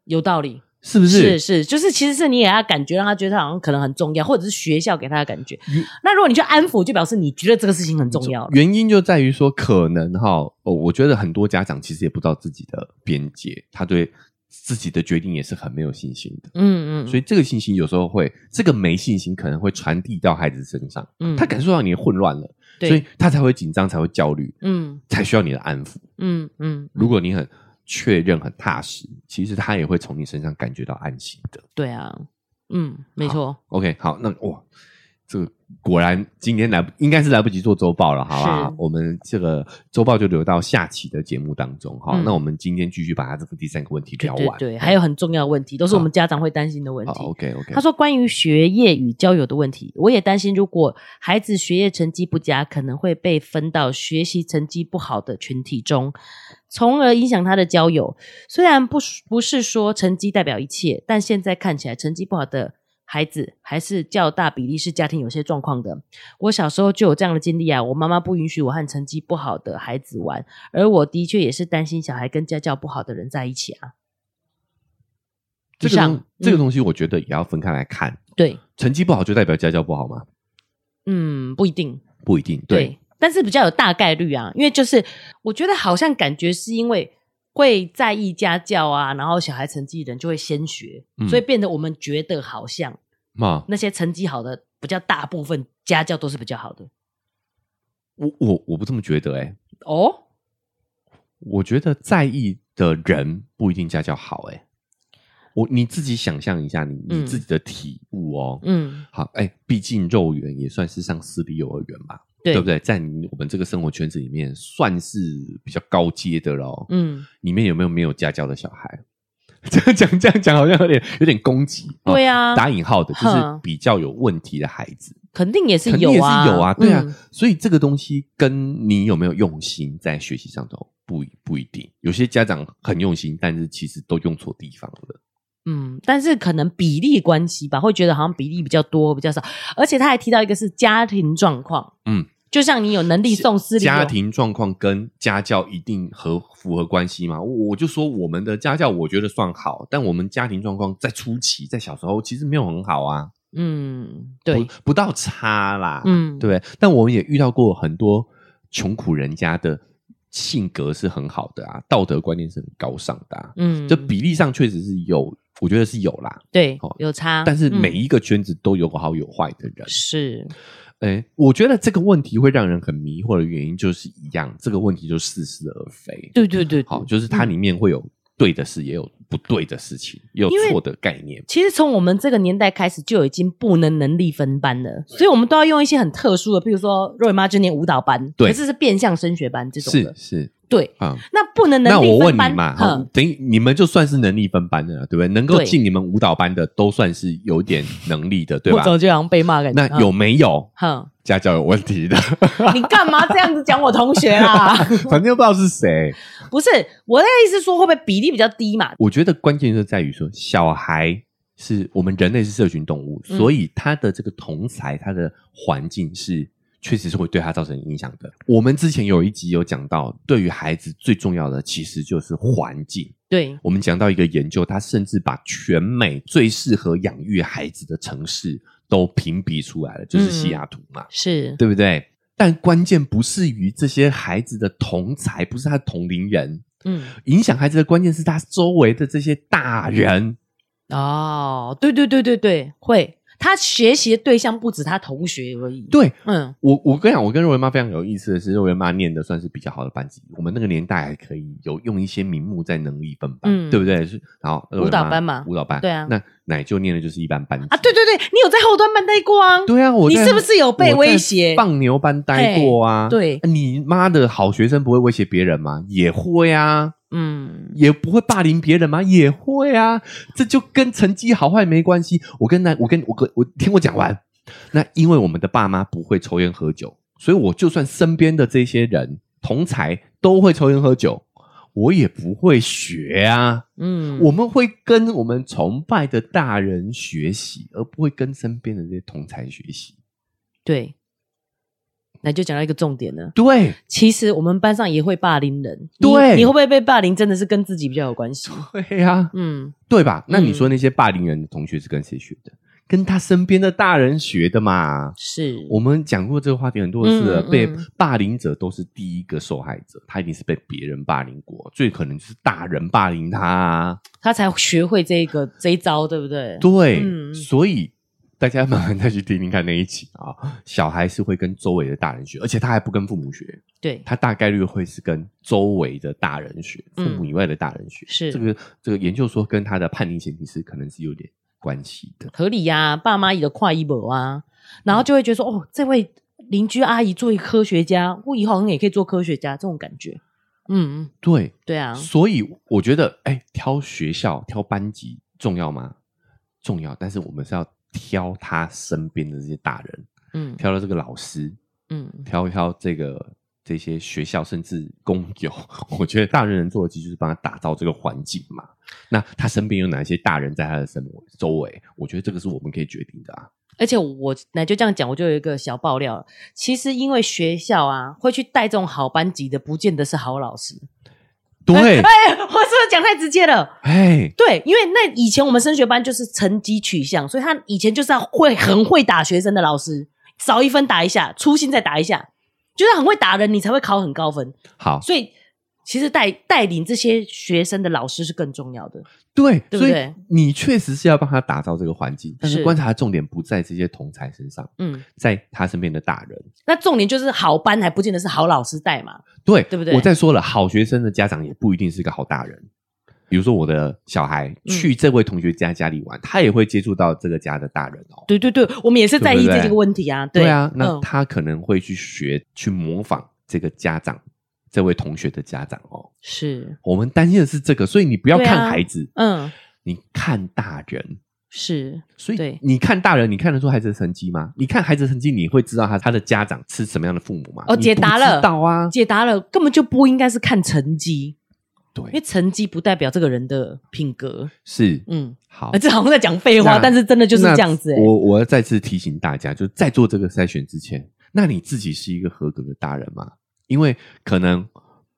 Speaker 6: 有道理，
Speaker 3: 是不
Speaker 6: 是是，就是其实是你也要感觉让他觉得他好像可能很重要，或者是学校给他的感觉。那如果你去安抚，就表示你觉得这个事情很重要了。
Speaker 3: 原因就在于说，可能哈，哦，我觉得很多家长其实也不知道自己的边界，他对自己的决定也是很没有信心的。
Speaker 6: 嗯嗯，
Speaker 3: 所以这个信心有时候会，这个没信心可能会传递到孩子身上，
Speaker 6: 以
Speaker 3: 他感受到你的混乱了，
Speaker 6: 嗯对
Speaker 3: 所以他才会紧张，才会焦虑，
Speaker 6: 嗯
Speaker 3: 才需要你的安抚。
Speaker 6: 嗯嗯，
Speaker 3: 如果你很确认、很踏实，其实他也会从你身上感觉到安心的。
Speaker 6: 对啊，嗯，没错，
Speaker 3: OK，好，那哇，这个果然今天来不应该是来不及做周报了，好吧
Speaker 6: 是？
Speaker 3: 我们这个周报就留到下期的节目当中。好，
Speaker 6: 嗯
Speaker 3: 那我们今天继续把它这个第三个问题
Speaker 6: 对
Speaker 3: 聊
Speaker 6: 对
Speaker 3: 完。
Speaker 6: 对，还有很重要的问题，都是我们
Speaker 3: 好
Speaker 6: 家长会担心的问
Speaker 3: 好
Speaker 6: 题。
Speaker 3: ，OK OK。
Speaker 6: 他说：“关于学业与交友的问题，我也担心，如果孩子学业成绩不佳，可能会被分到学习成绩不好的群体中，从而影响他的交友。虽然不是不是说成绩代表一切，但现在看起来，成绩不好的孩子还是较大比例是家庭有些状况的。我小时候就有这样的经历啊，我妈妈不允许我和成绩不好的孩子玩，而我的确也是担心小孩跟家教不好的人在一起啊。
Speaker 3: 这
Speaker 6: 以
Speaker 3: 个
Speaker 6: 上
Speaker 3: 东这个
Speaker 6: 嗯
Speaker 3: 东西，我觉得也要分开来看。
Speaker 6: 对，
Speaker 3: 成绩不好就代表家教不好吗？
Speaker 6: 嗯，不一定。”
Speaker 3: 不一定。对，
Speaker 6: 但是比较有大概率啊，因为就是我觉得好像感觉是因为会在意家教啊，然后小孩成绩的人就会先学，
Speaker 3: 嗯
Speaker 6: 所以变得我们觉得好像
Speaker 3: 嘛，
Speaker 6: 那些成绩好的比较大部分家教都是比较好的
Speaker 3: 我我我不这么觉得哎、
Speaker 6: 哦。
Speaker 3: 我觉得在意的人不一定家教好哎、我你自己想象一下你你
Speaker 6: 嗯
Speaker 3: 自己的体悟哦，
Speaker 6: 嗯，
Speaker 3: 好，哎、毕竟肉圆也算是上私立幼儿园吧，
Speaker 6: 对，
Speaker 3: 不？对？在你我们这个生活圈子里面，算是比较高阶的咯。
Speaker 6: 嗯，
Speaker 3: 里面有没有没有家教的小孩？ 这样讲，这样讲好像有点有点攻击，哦
Speaker 6: 对啊
Speaker 3: 打引号的，就
Speaker 6: 哼
Speaker 3: 是比较有问题的孩子，
Speaker 6: 肯定也是
Speaker 3: 肯定
Speaker 6: 有
Speaker 3: 也是
Speaker 6: 啊，
Speaker 3: 有啊，对啊
Speaker 6: 嗯，
Speaker 3: 所以这个东西跟你有没有用心在学习上头不一不一定，有些家长很用心，但是其实都用错地方了。
Speaker 6: 嗯，但是可能比例关系吧，会觉得好像比例比较多比较少，而且他还提到一个是家庭状况，
Speaker 3: 嗯，
Speaker 6: 就像你有能力送私立幼
Speaker 3: 家庭状况跟家教一定合符合关系吗？我我就说我们的家教我觉得算好，但我们家庭状况在初期，在小时候其实没有很好啊，
Speaker 6: 嗯，对
Speaker 3: 不，不到差啦，
Speaker 6: 嗯，
Speaker 3: 对不对？但我们也遇到过很多穷苦人家的性格是很好的啊，道德观念是很高尚的啊，
Speaker 6: 嗯，
Speaker 3: 这比例上确实是有，我觉得是有啦，
Speaker 6: 对
Speaker 3: 哦
Speaker 6: 有差，
Speaker 3: 但是
Speaker 6: 嗯
Speaker 3: 每一个圈子都有好有坏的人，
Speaker 6: 是
Speaker 3: 哎、我觉得这个问题会让人很迷惑的原因就是一样，这个问题就似是而非。
Speaker 6: 对对对，
Speaker 3: 好，
Speaker 6: 对
Speaker 3: 就是它里面会有对的事，也有不对的事情，也有
Speaker 6: 因为
Speaker 3: 错的概念。
Speaker 6: 其实从我们这个年代开始就已经不能能力分班了，所以我们都要用一些很特殊的，譬如说若雨妈就念舞蹈班，
Speaker 3: 对
Speaker 6: 可是是变相升学班这种
Speaker 3: 是
Speaker 6: 的，
Speaker 3: 是
Speaker 6: 对。
Speaker 3: 啊、
Speaker 6: 那不能
Speaker 3: 那
Speaker 6: 能
Speaker 3: 我
Speaker 6: 力
Speaker 3: 问
Speaker 6: 分
Speaker 3: 你
Speaker 6: 班
Speaker 3: 嘛，好，
Speaker 6: 嗯
Speaker 3: 等于你们就算是能力分班的了，对不对？能够
Speaker 6: 对
Speaker 3: 进你们舞蹈班的，都算是有点能力的，对
Speaker 6: 我
Speaker 3: 吧
Speaker 6: 怎？么就好像被骂感觉？嗯
Speaker 3: 那有没有
Speaker 6: 哼，
Speaker 3: 家教有问 题的？
Speaker 6: 嗯你干嘛这样子讲我同学啊 啦？
Speaker 3: 反正又不知道是谁。
Speaker 6: 不是我那个意思，说会不会比例比较低嘛？
Speaker 3: 我觉得关键就在于说，小孩是我们人类是社群动物，
Speaker 6: 嗯
Speaker 3: 所以它的这个同才，它的环境是确实是会对它造成影响的。我们之前有一集有讲到，对于孩子最重要的其实就是环境。
Speaker 6: 对，
Speaker 3: 我们讲到一个研究，它甚至把全美最适合养育孩子的城市都评比出来了，就是西雅图嘛，
Speaker 6: 是，
Speaker 3: 对不对？但关键不是于这些孩子的同才，不是他的同龄人，
Speaker 6: 嗯，
Speaker 3: 影响孩子的关键是他周围的这些大人。
Speaker 6: 哦，对对对对对，会，他学习的对象不止他同学而已。，
Speaker 3: 对
Speaker 6: 嗯，
Speaker 3: 我，我跟你讲，我跟肉圆妈非常有意思的是，肉圆妈念的算是比较好的班级，我们那个年代还可以有用一些名目在能力分班，
Speaker 6: 嗯
Speaker 3: 对不对？是，然后肉圆妈
Speaker 6: 舞蹈班嘛
Speaker 3: 舞蹈班，
Speaker 6: 对啊
Speaker 3: 那奶舅念的就是一般班级
Speaker 6: 啊，对对对，你有在后端班待过啊？
Speaker 3: 对啊，我
Speaker 6: 你
Speaker 3: 在
Speaker 6: 是不是有被
Speaker 3: 我在
Speaker 6: 威胁
Speaker 3: 放啊牛班待过啊？
Speaker 6: 嘿对
Speaker 3: 你妈的好学生不会威胁别人吗？也会啊，
Speaker 6: 嗯，
Speaker 3: 也不会霸凌别人吗？也会啊，这就跟成绩好坏没关系。我跟男，我跟我跟我听我讲完，那因为我们的爸妈不会抽烟喝酒，所以我就算身边的这些人同才都会抽烟喝酒。我也不会学啊，
Speaker 6: 嗯，
Speaker 3: 我们会跟我们崇拜的大人学习，而不会跟身边的这些同才学习。
Speaker 6: 对，那就讲到一个重点了。
Speaker 3: 对，
Speaker 6: 其实我们班上也会霸凌人，你
Speaker 3: 对
Speaker 6: 你会不会被霸凌，真的是跟自己比较有关系。
Speaker 3: 对呀、
Speaker 6: 嗯，
Speaker 3: 对吧？那你
Speaker 6: 嗯
Speaker 3: 说那些霸凌人的同学是跟谁学的？跟他身边的大人学的嘛。
Speaker 6: 是，
Speaker 3: 我们讲过这个话题很多次了，
Speaker 6: 嗯嗯
Speaker 3: 被霸凌者都是第一个受害者，他一定是被别人霸凌过，最可能就是大人霸凌他、啊。
Speaker 6: 他才学会这一个这一招，对不对？
Speaker 3: 对，
Speaker 6: 嗯
Speaker 3: 所以大家麻烦再去听听看那一集啊。小孩是会跟周围的大人学，而且他还不跟父母学，
Speaker 6: 对，
Speaker 3: 他大概率会是跟周围的大人学，父
Speaker 6: 嗯
Speaker 3: 母以外的大人学。
Speaker 6: 是
Speaker 3: 这个这个研究说跟他的叛逆前提是可能是有点关系的。
Speaker 6: 合理呀、爸妈也的跨一博啊，然后就会觉得说，哦，这位邻居阿姨做一科学家，我以后好像也可以做科学家，这种感觉。嗯，
Speaker 3: 对，
Speaker 6: 对啊，
Speaker 3: 所以我觉得，哎，挑学校、挑班级重要吗？重要，但是我们是要挑他身边的这些大人，
Speaker 6: 嗯
Speaker 3: 挑到这个老师，
Speaker 6: 嗯，
Speaker 3: 挑一挑这个这些学校，甚至工友。 我觉得大人能做的，其实就是帮他打造这个环境嘛。那他身边有哪些大人在他的身周围？我觉得这个是我们可以决定的啊。
Speaker 6: 而且我那就这样讲，我就有一个小爆料了。其实因为学校啊，会去带这种好班级的，不见得是好老师。
Speaker 3: 对，
Speaker 6: 哎，我是不是讲太直接了？
Speaker 3: 哎，
Speaker 6: 对，因为那以前我们升学班就是成绩取向，所以他以前就是要会很会打学生的老师，少一分打一下，粗心再打一下，就是很会打人，你才会考很高分。
Speaker 3: 好，
Speaker 6: 所以其实带带领这些学生的老师是更重要的。
Speaker 3: 对，
Speaker 6: 对不
Speaker 3: 所以
Speaker 6: 对
Speaker 3: 你确实是要帮他打造这个环境，但是
Speaker 6: 是
Speaker 3: 观察的重点不在这些同才身上，
Speaker 6: 嗯，
Speaker 3: 在他身边的大人。
Speaker 6: 那重点就是好班还不见得是好老师带嘛。
Speaker 3: 对，
Speaker 6: 对不对
Speaker 3: 我再说了，好学生的家长也不一定是个好大人。比如说，我的小孩
Speaker 6: 嗯
Speaker 3: 去这位同学家家里玩，他也会接触到这个家的大人哦。
Speaker 6: 对对对，我们也是在意
Speaker 3: 对不对
Speaker 6: 这个问题啊。
Speaker 3: 对啊，那
Speaker 6: 嗯
Speaker 3: 他可能会去学、去模仿这个家长、这位同学的家长哦。
Speaker 6: 是
Speaker 3: 我们担心的是这个，所以你不要
Speaker 6: 对啊
Speaker 3: 看孩子，
Speaker 6: 嗯
Speaker 3: 你看大人。
Speaker 6: 是
Speaker 3: 所以
Speaker 6: 对
Speaker 3: 你看大人，你看得出孩子的成绩吗？你看孩子的成绩，你会知道他他的家长是什么样的父母吗？
Speaker 6: 哦，
Speaker 3: 你
Speaker 6: 解
Speaker 3: 不
Speaker 6: 答了，
Speaker 3: 知道啊，
Speaker 6: 解答了，根本就不应该是看成绩，因为
Speaker 3: 对，
Speaker 6: 成绩不代表这个人的品格。
Speaker 3: 是
Speaker 6: 嗯，
Speaker 3: 好
Speaker 6: 啊，。这好像在讲废话，
Speaker 3: 那
Speaker 6: 但是真的就是这样子、
Speaker 3: 那
Speaker 6: 欸。
Speaker 3: 我我要再次提醒大家，就在做这个筛选之前，那你自己是一个合格的大人吗？因为可能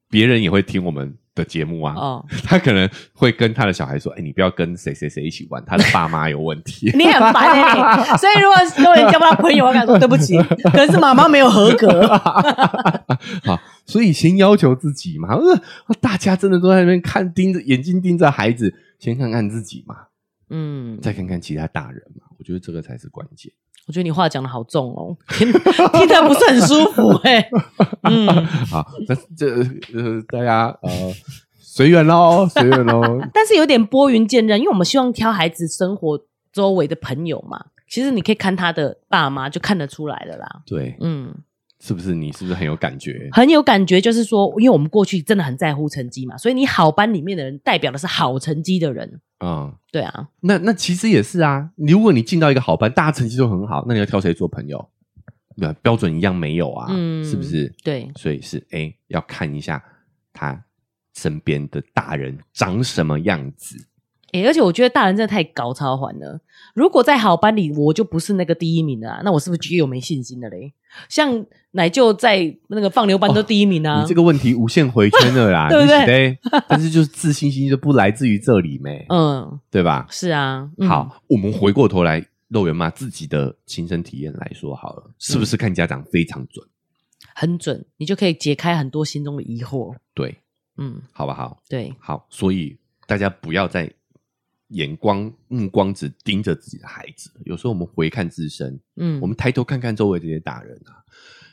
Speaker 3: 别人也会听我们的节目啊，
Speaker 6: 哦，
Speaker 3: 他可能会跟他的小孩说：“哎、你不要跟谁谁谁一起玩，他的爸妈有问题。
Speaker 6: 你很烦哎、所以如果有人交不到朋友，我敢说对不起，可能是妈妈没有合 格。
Speaker 3: 好，所以先要求自己嘛。呃大家真的都在那边看盯着眼睛盯着孩子，先看看自己嘛，
Speaker 6: 嗯，
Speaker 3: 再看看其他大人嘛。我觉得这个才是关键。
Speaker 6: 我觉得你话讲的好重哦，听听得不是很舒服哎、 嗯，
Speaker 3: 好，啊那这呃，大家呃，随缘喽，随缘喽。
Speaker 6: 但是有点拨云见日，因为我们希望挑孩子生活周围的朋友嘛。其实你可以看他的爸妈，就看得出来了啦。
Speaker 3: 对，
Speaker 6: 嗯，
Speaker 3: 是不是你是不是很有感觉？
Speaker 6: 很有感觉，就是说，因为我们过去真的很在乎成绩嘛，所以你好班里面的人代表的是好成绩的人。
Speaker 3: 嗯，
Speaker 6: 对啊，
Speaker 3: 那那其实也是啊。如果你进到一个好班，大家成绩都很好，那你要挑谁做朋友？对吧，标准一样没有啊，
Speaker 6: 嗯
Speaker 3: 是不是？
Speaker 6: 对，
Speaker 3: 所以是 A 要看一下他身边的大人长什么样子，
Speaker 6: 诶、而且我觉得大人真的太高超环了。如果在好班里，我就不是那个第一名了啊，那我是不是就又没信心了嘞？像奶舅在那个放牛班都第一名啊，
Speaker 3: 哦你这个问题无限回圈了啦，
Speaker 6: 对不对
Speaker 3: 对？但是就是自信心就不来自于这里没，
Speaker 6: 嗯，
Speaker 3: 对吧？
Speaker 6: 是啊，嗯，
Speaker 3: 好，我们回过头来，肉圆妈自己的亲身体验来说好了，是不是看家长非常准？
Speaker 6: 很准，你就可以解开很多心中的疑惑。
Speaker 3: 对，
Speaker 6: 嗯，
Speaker 3: 好不好？
Speaker 6: 对，
Speaker 3: 好，所以大家不要再眼光目光只盯着自己的孩子，有时候我们回看自身，
Speaker 6: 嗯，
Speaker 3: 我们抬头看看周围这些大人啊，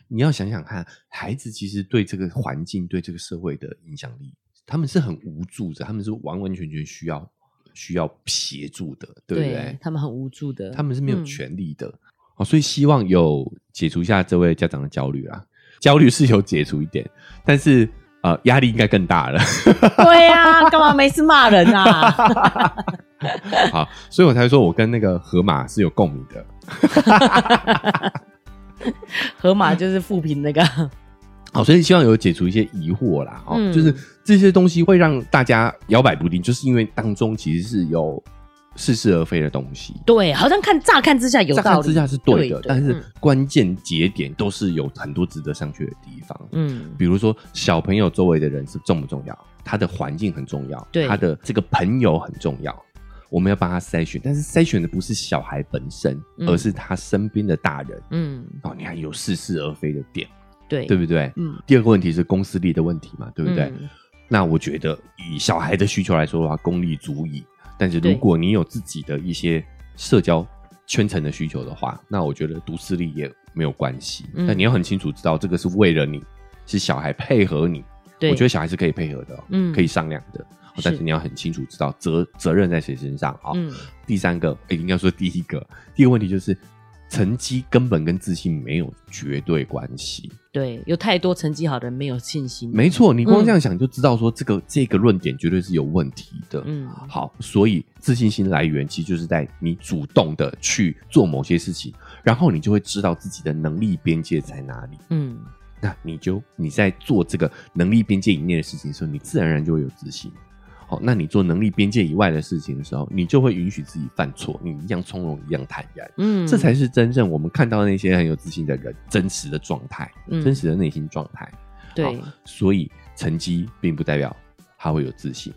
Speaker 3: 你要想想看，孩子其实对这个环境、对这个社会的影响力，他们是很无助的，他们是完完全全需要需要协助的，对不对？
Speaker 6: 他们很无助的，
Speaker 3: 他们是没有
Speaker 6: 嗯
Speaker 3: 权利的、哦，所以希望有解除一下这位家长的焦虑啊，焦虑是有解除一点，但是呃，压力应该更大了。
Speaker 6: 对啊，干嘛没事骂人啊？
Speaker 3: 好，所以我才说我跟那个河马是有共鸣的。
Speaker 6: 河马就是富平那个，
Speaker 3: 好，哦所以希望有解除一些疑惑啦，哦，
Speaker 6: 嗯
Speaker 3: 就是这些东西会让大家摇摆不定，就是因为当中其实是有似是而非的东西。
Speaker 6: 对，好像看乍看之下有
Speaker 3: 乍
Speaker 6: 道
Speaker 3: 看
Speaker 6: 理，
Speaker 3: 之下是对的，
Speaker 6: 对的
Speaker 3: 但是
Speaker 6: 嗯
Speaker 3: 关键节点都是有很多值得商榷的地方。
Speaker 6: 嗯，
Speaker 3: 比如说小朋友周围的人是重不重要，他的环境很重要，
Speaker 6: 对
Speaker 3: 他的这个朋友很重要，我们要帮他筛选，但是筛选的不是小孩本身，
Speaker 6: 嗯
Speaker 3: 而是他身边的大人。
Speaker 6: 嗯，
Speaker 3: 哦，你看有似是而非的点，
Speaker 6: 对，
Speaker 3: 对不对？
Speaker 6: 嗯，
Speaker 3: 第二个问题是公司力的问题嘛，对不对？
Speaker 6: 嗯
Speaker 3: 那我觉得以小孩的需求来说的话，公力足矣。但是
Speaker 6: 对
Speaker 3: 如果你有自己的一些社交圈层的需求的话，那我觉得读私立也没有关系。
Speaker 6: 嗯
Speaker 3: 但你要很清楚知道，这个是为了你，是小孩配合你。
Speaker 6: 对，
Speaker 3: 我觉得小孩是可以配合的哦、
Speaker 6: 嗯
Speaker 3: 可以商量的。哦
Speaker 6: 是
Speaker 3: 但是你要很清楚知道责责任在谁身上啊、
Speaker 6: 嗯
Speaker 3: 第三个，诶应该说第一个，第一个问题就是成绩根本跟自信没有绝对关系。
Speaker 6: 对，有太多成绩好的人没有信心，
Speaker 3: 没错，你光
Speaker 6: 嗯
Speaker 3: 这样想就知道说这个、这个论点绝对是有问题的。
Speaker 6: 嗯
Speaker 3: 好，所以自信心来源其实就是在你主动的去做某些事情，然后你就会知道自己的能力边界在哪里。
Speaker 6: 嗯，
Speaker 3: 那你就你在做这个能力边界以内的事情的时候，你自然而然就会有自信。好，那你做能力边界以外的事情的时候，你就会允许自己犯错，你一样从容，一样坦然。
Speaker 6: 嗯，
Speaker 3: 这才是真正我们看到那些很有自信的人真实的状态，
Speaker 6: 嗯
Speaker 3: 真实的内心状态。
Speaker 6: 对，
Speaker 3: 所以成绩并不代表他会有自信，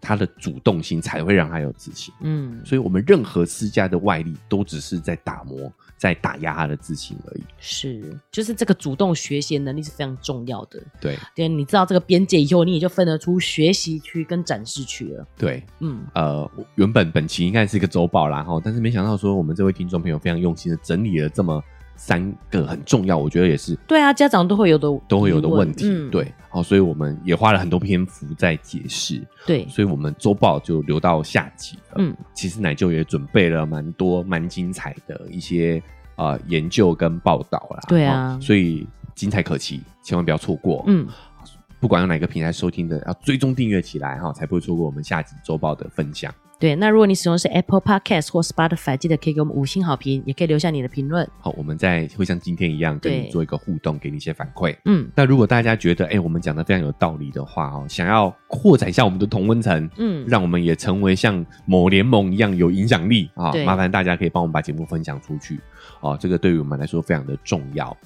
Speaker 3: 他的主动性才会让他有自信。
Speaker 6: 嗯，
Speaker 3: 所以，我们任何施加的外力，都只是在打磨、在打压他的自信而已。
Speaker 6: 是，就是这个主动学习的能力是非常重要的。
Speaker 3: 对
Speaker 6: 对，你知道这个边界以后，你也就分得出学习区跟展示区了。
Speaker 3: 对，
Speaker 6: 嗯，
Speaker 3: 呃，我原本本期应该是一个周报啦，哈，但是没想到说我们这位听众朋友非常用心的整理了这么三个很重要，我觉得也是
Speaker 6: 对啊，家长都会有的疑问，
Speaker 3: 都会有的问题。
Speaker 6: 嗯
Speaker 3: 对，好，所以我们也花了很多篇幅在解释。
Speaker 6: 对，
Speaker 3: 所以我们周报就留到下集了。
Speaker 6: 嗯
Speaker 3: 嗯，其实奶舅也准备了蛮多蛮精彩的一些呃研究跟报道啦。
Speaker 6: 对啊
Speaker 3: 哦所以精彩可期，千万不要错过。嗯，
Speaker 6: 嗯，
Speaker 3: 不管用哪个平台收听的，要追踪订阅起来哈、才不会错过我们下集周报的分享。
Speaker 6: 对。那如果你使用的是 Apple Podcast 或 Spotify，记得可以给我们五星好评，也可以留下你的评论。
Speaker 3: 好，我们再会像今天一样跟
Speaker 6: 对
Speaker 3: 你做一个互动，给你一些反馈。
Speaker 6: 嗯
Speaker 3: 那如果大家觉得哎、我们讲的非常有道理的话哦，想要扩展一下我们的同温层，
Speaker 6: 嗯，
Speaker 3: 让我们也成为像某联盟一样有影响力啊！
Speaker 6: 对
Speaker 3: 麻烦大家可以帮我们把节目分享出去啊，这个对于我们来说非常的重要。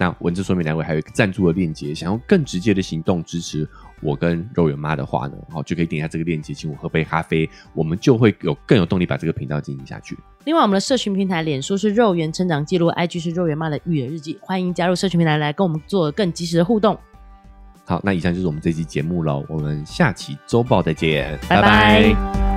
Speaker 3: 那文字说明栏位还有一个赞助的链接，想用更直接的行动支持我跟肉圆妈的话呢，好、就可以点一下这个链接，请我喝杯咖啡，我们就会有更有动力把这个频道经营下去。
Speaker 6: 另外，我们的社群平台，脸书是肉圆成长记录，IG 是肉圆妈的育儿日记，欢迎加入社群平台来跟我们做更及时的互动。
Speaker 3: 好，那以上就是我们这期节目喽，我们下期周报再见，
Speaker 6: 拜拜
Speaker 3: 拜拜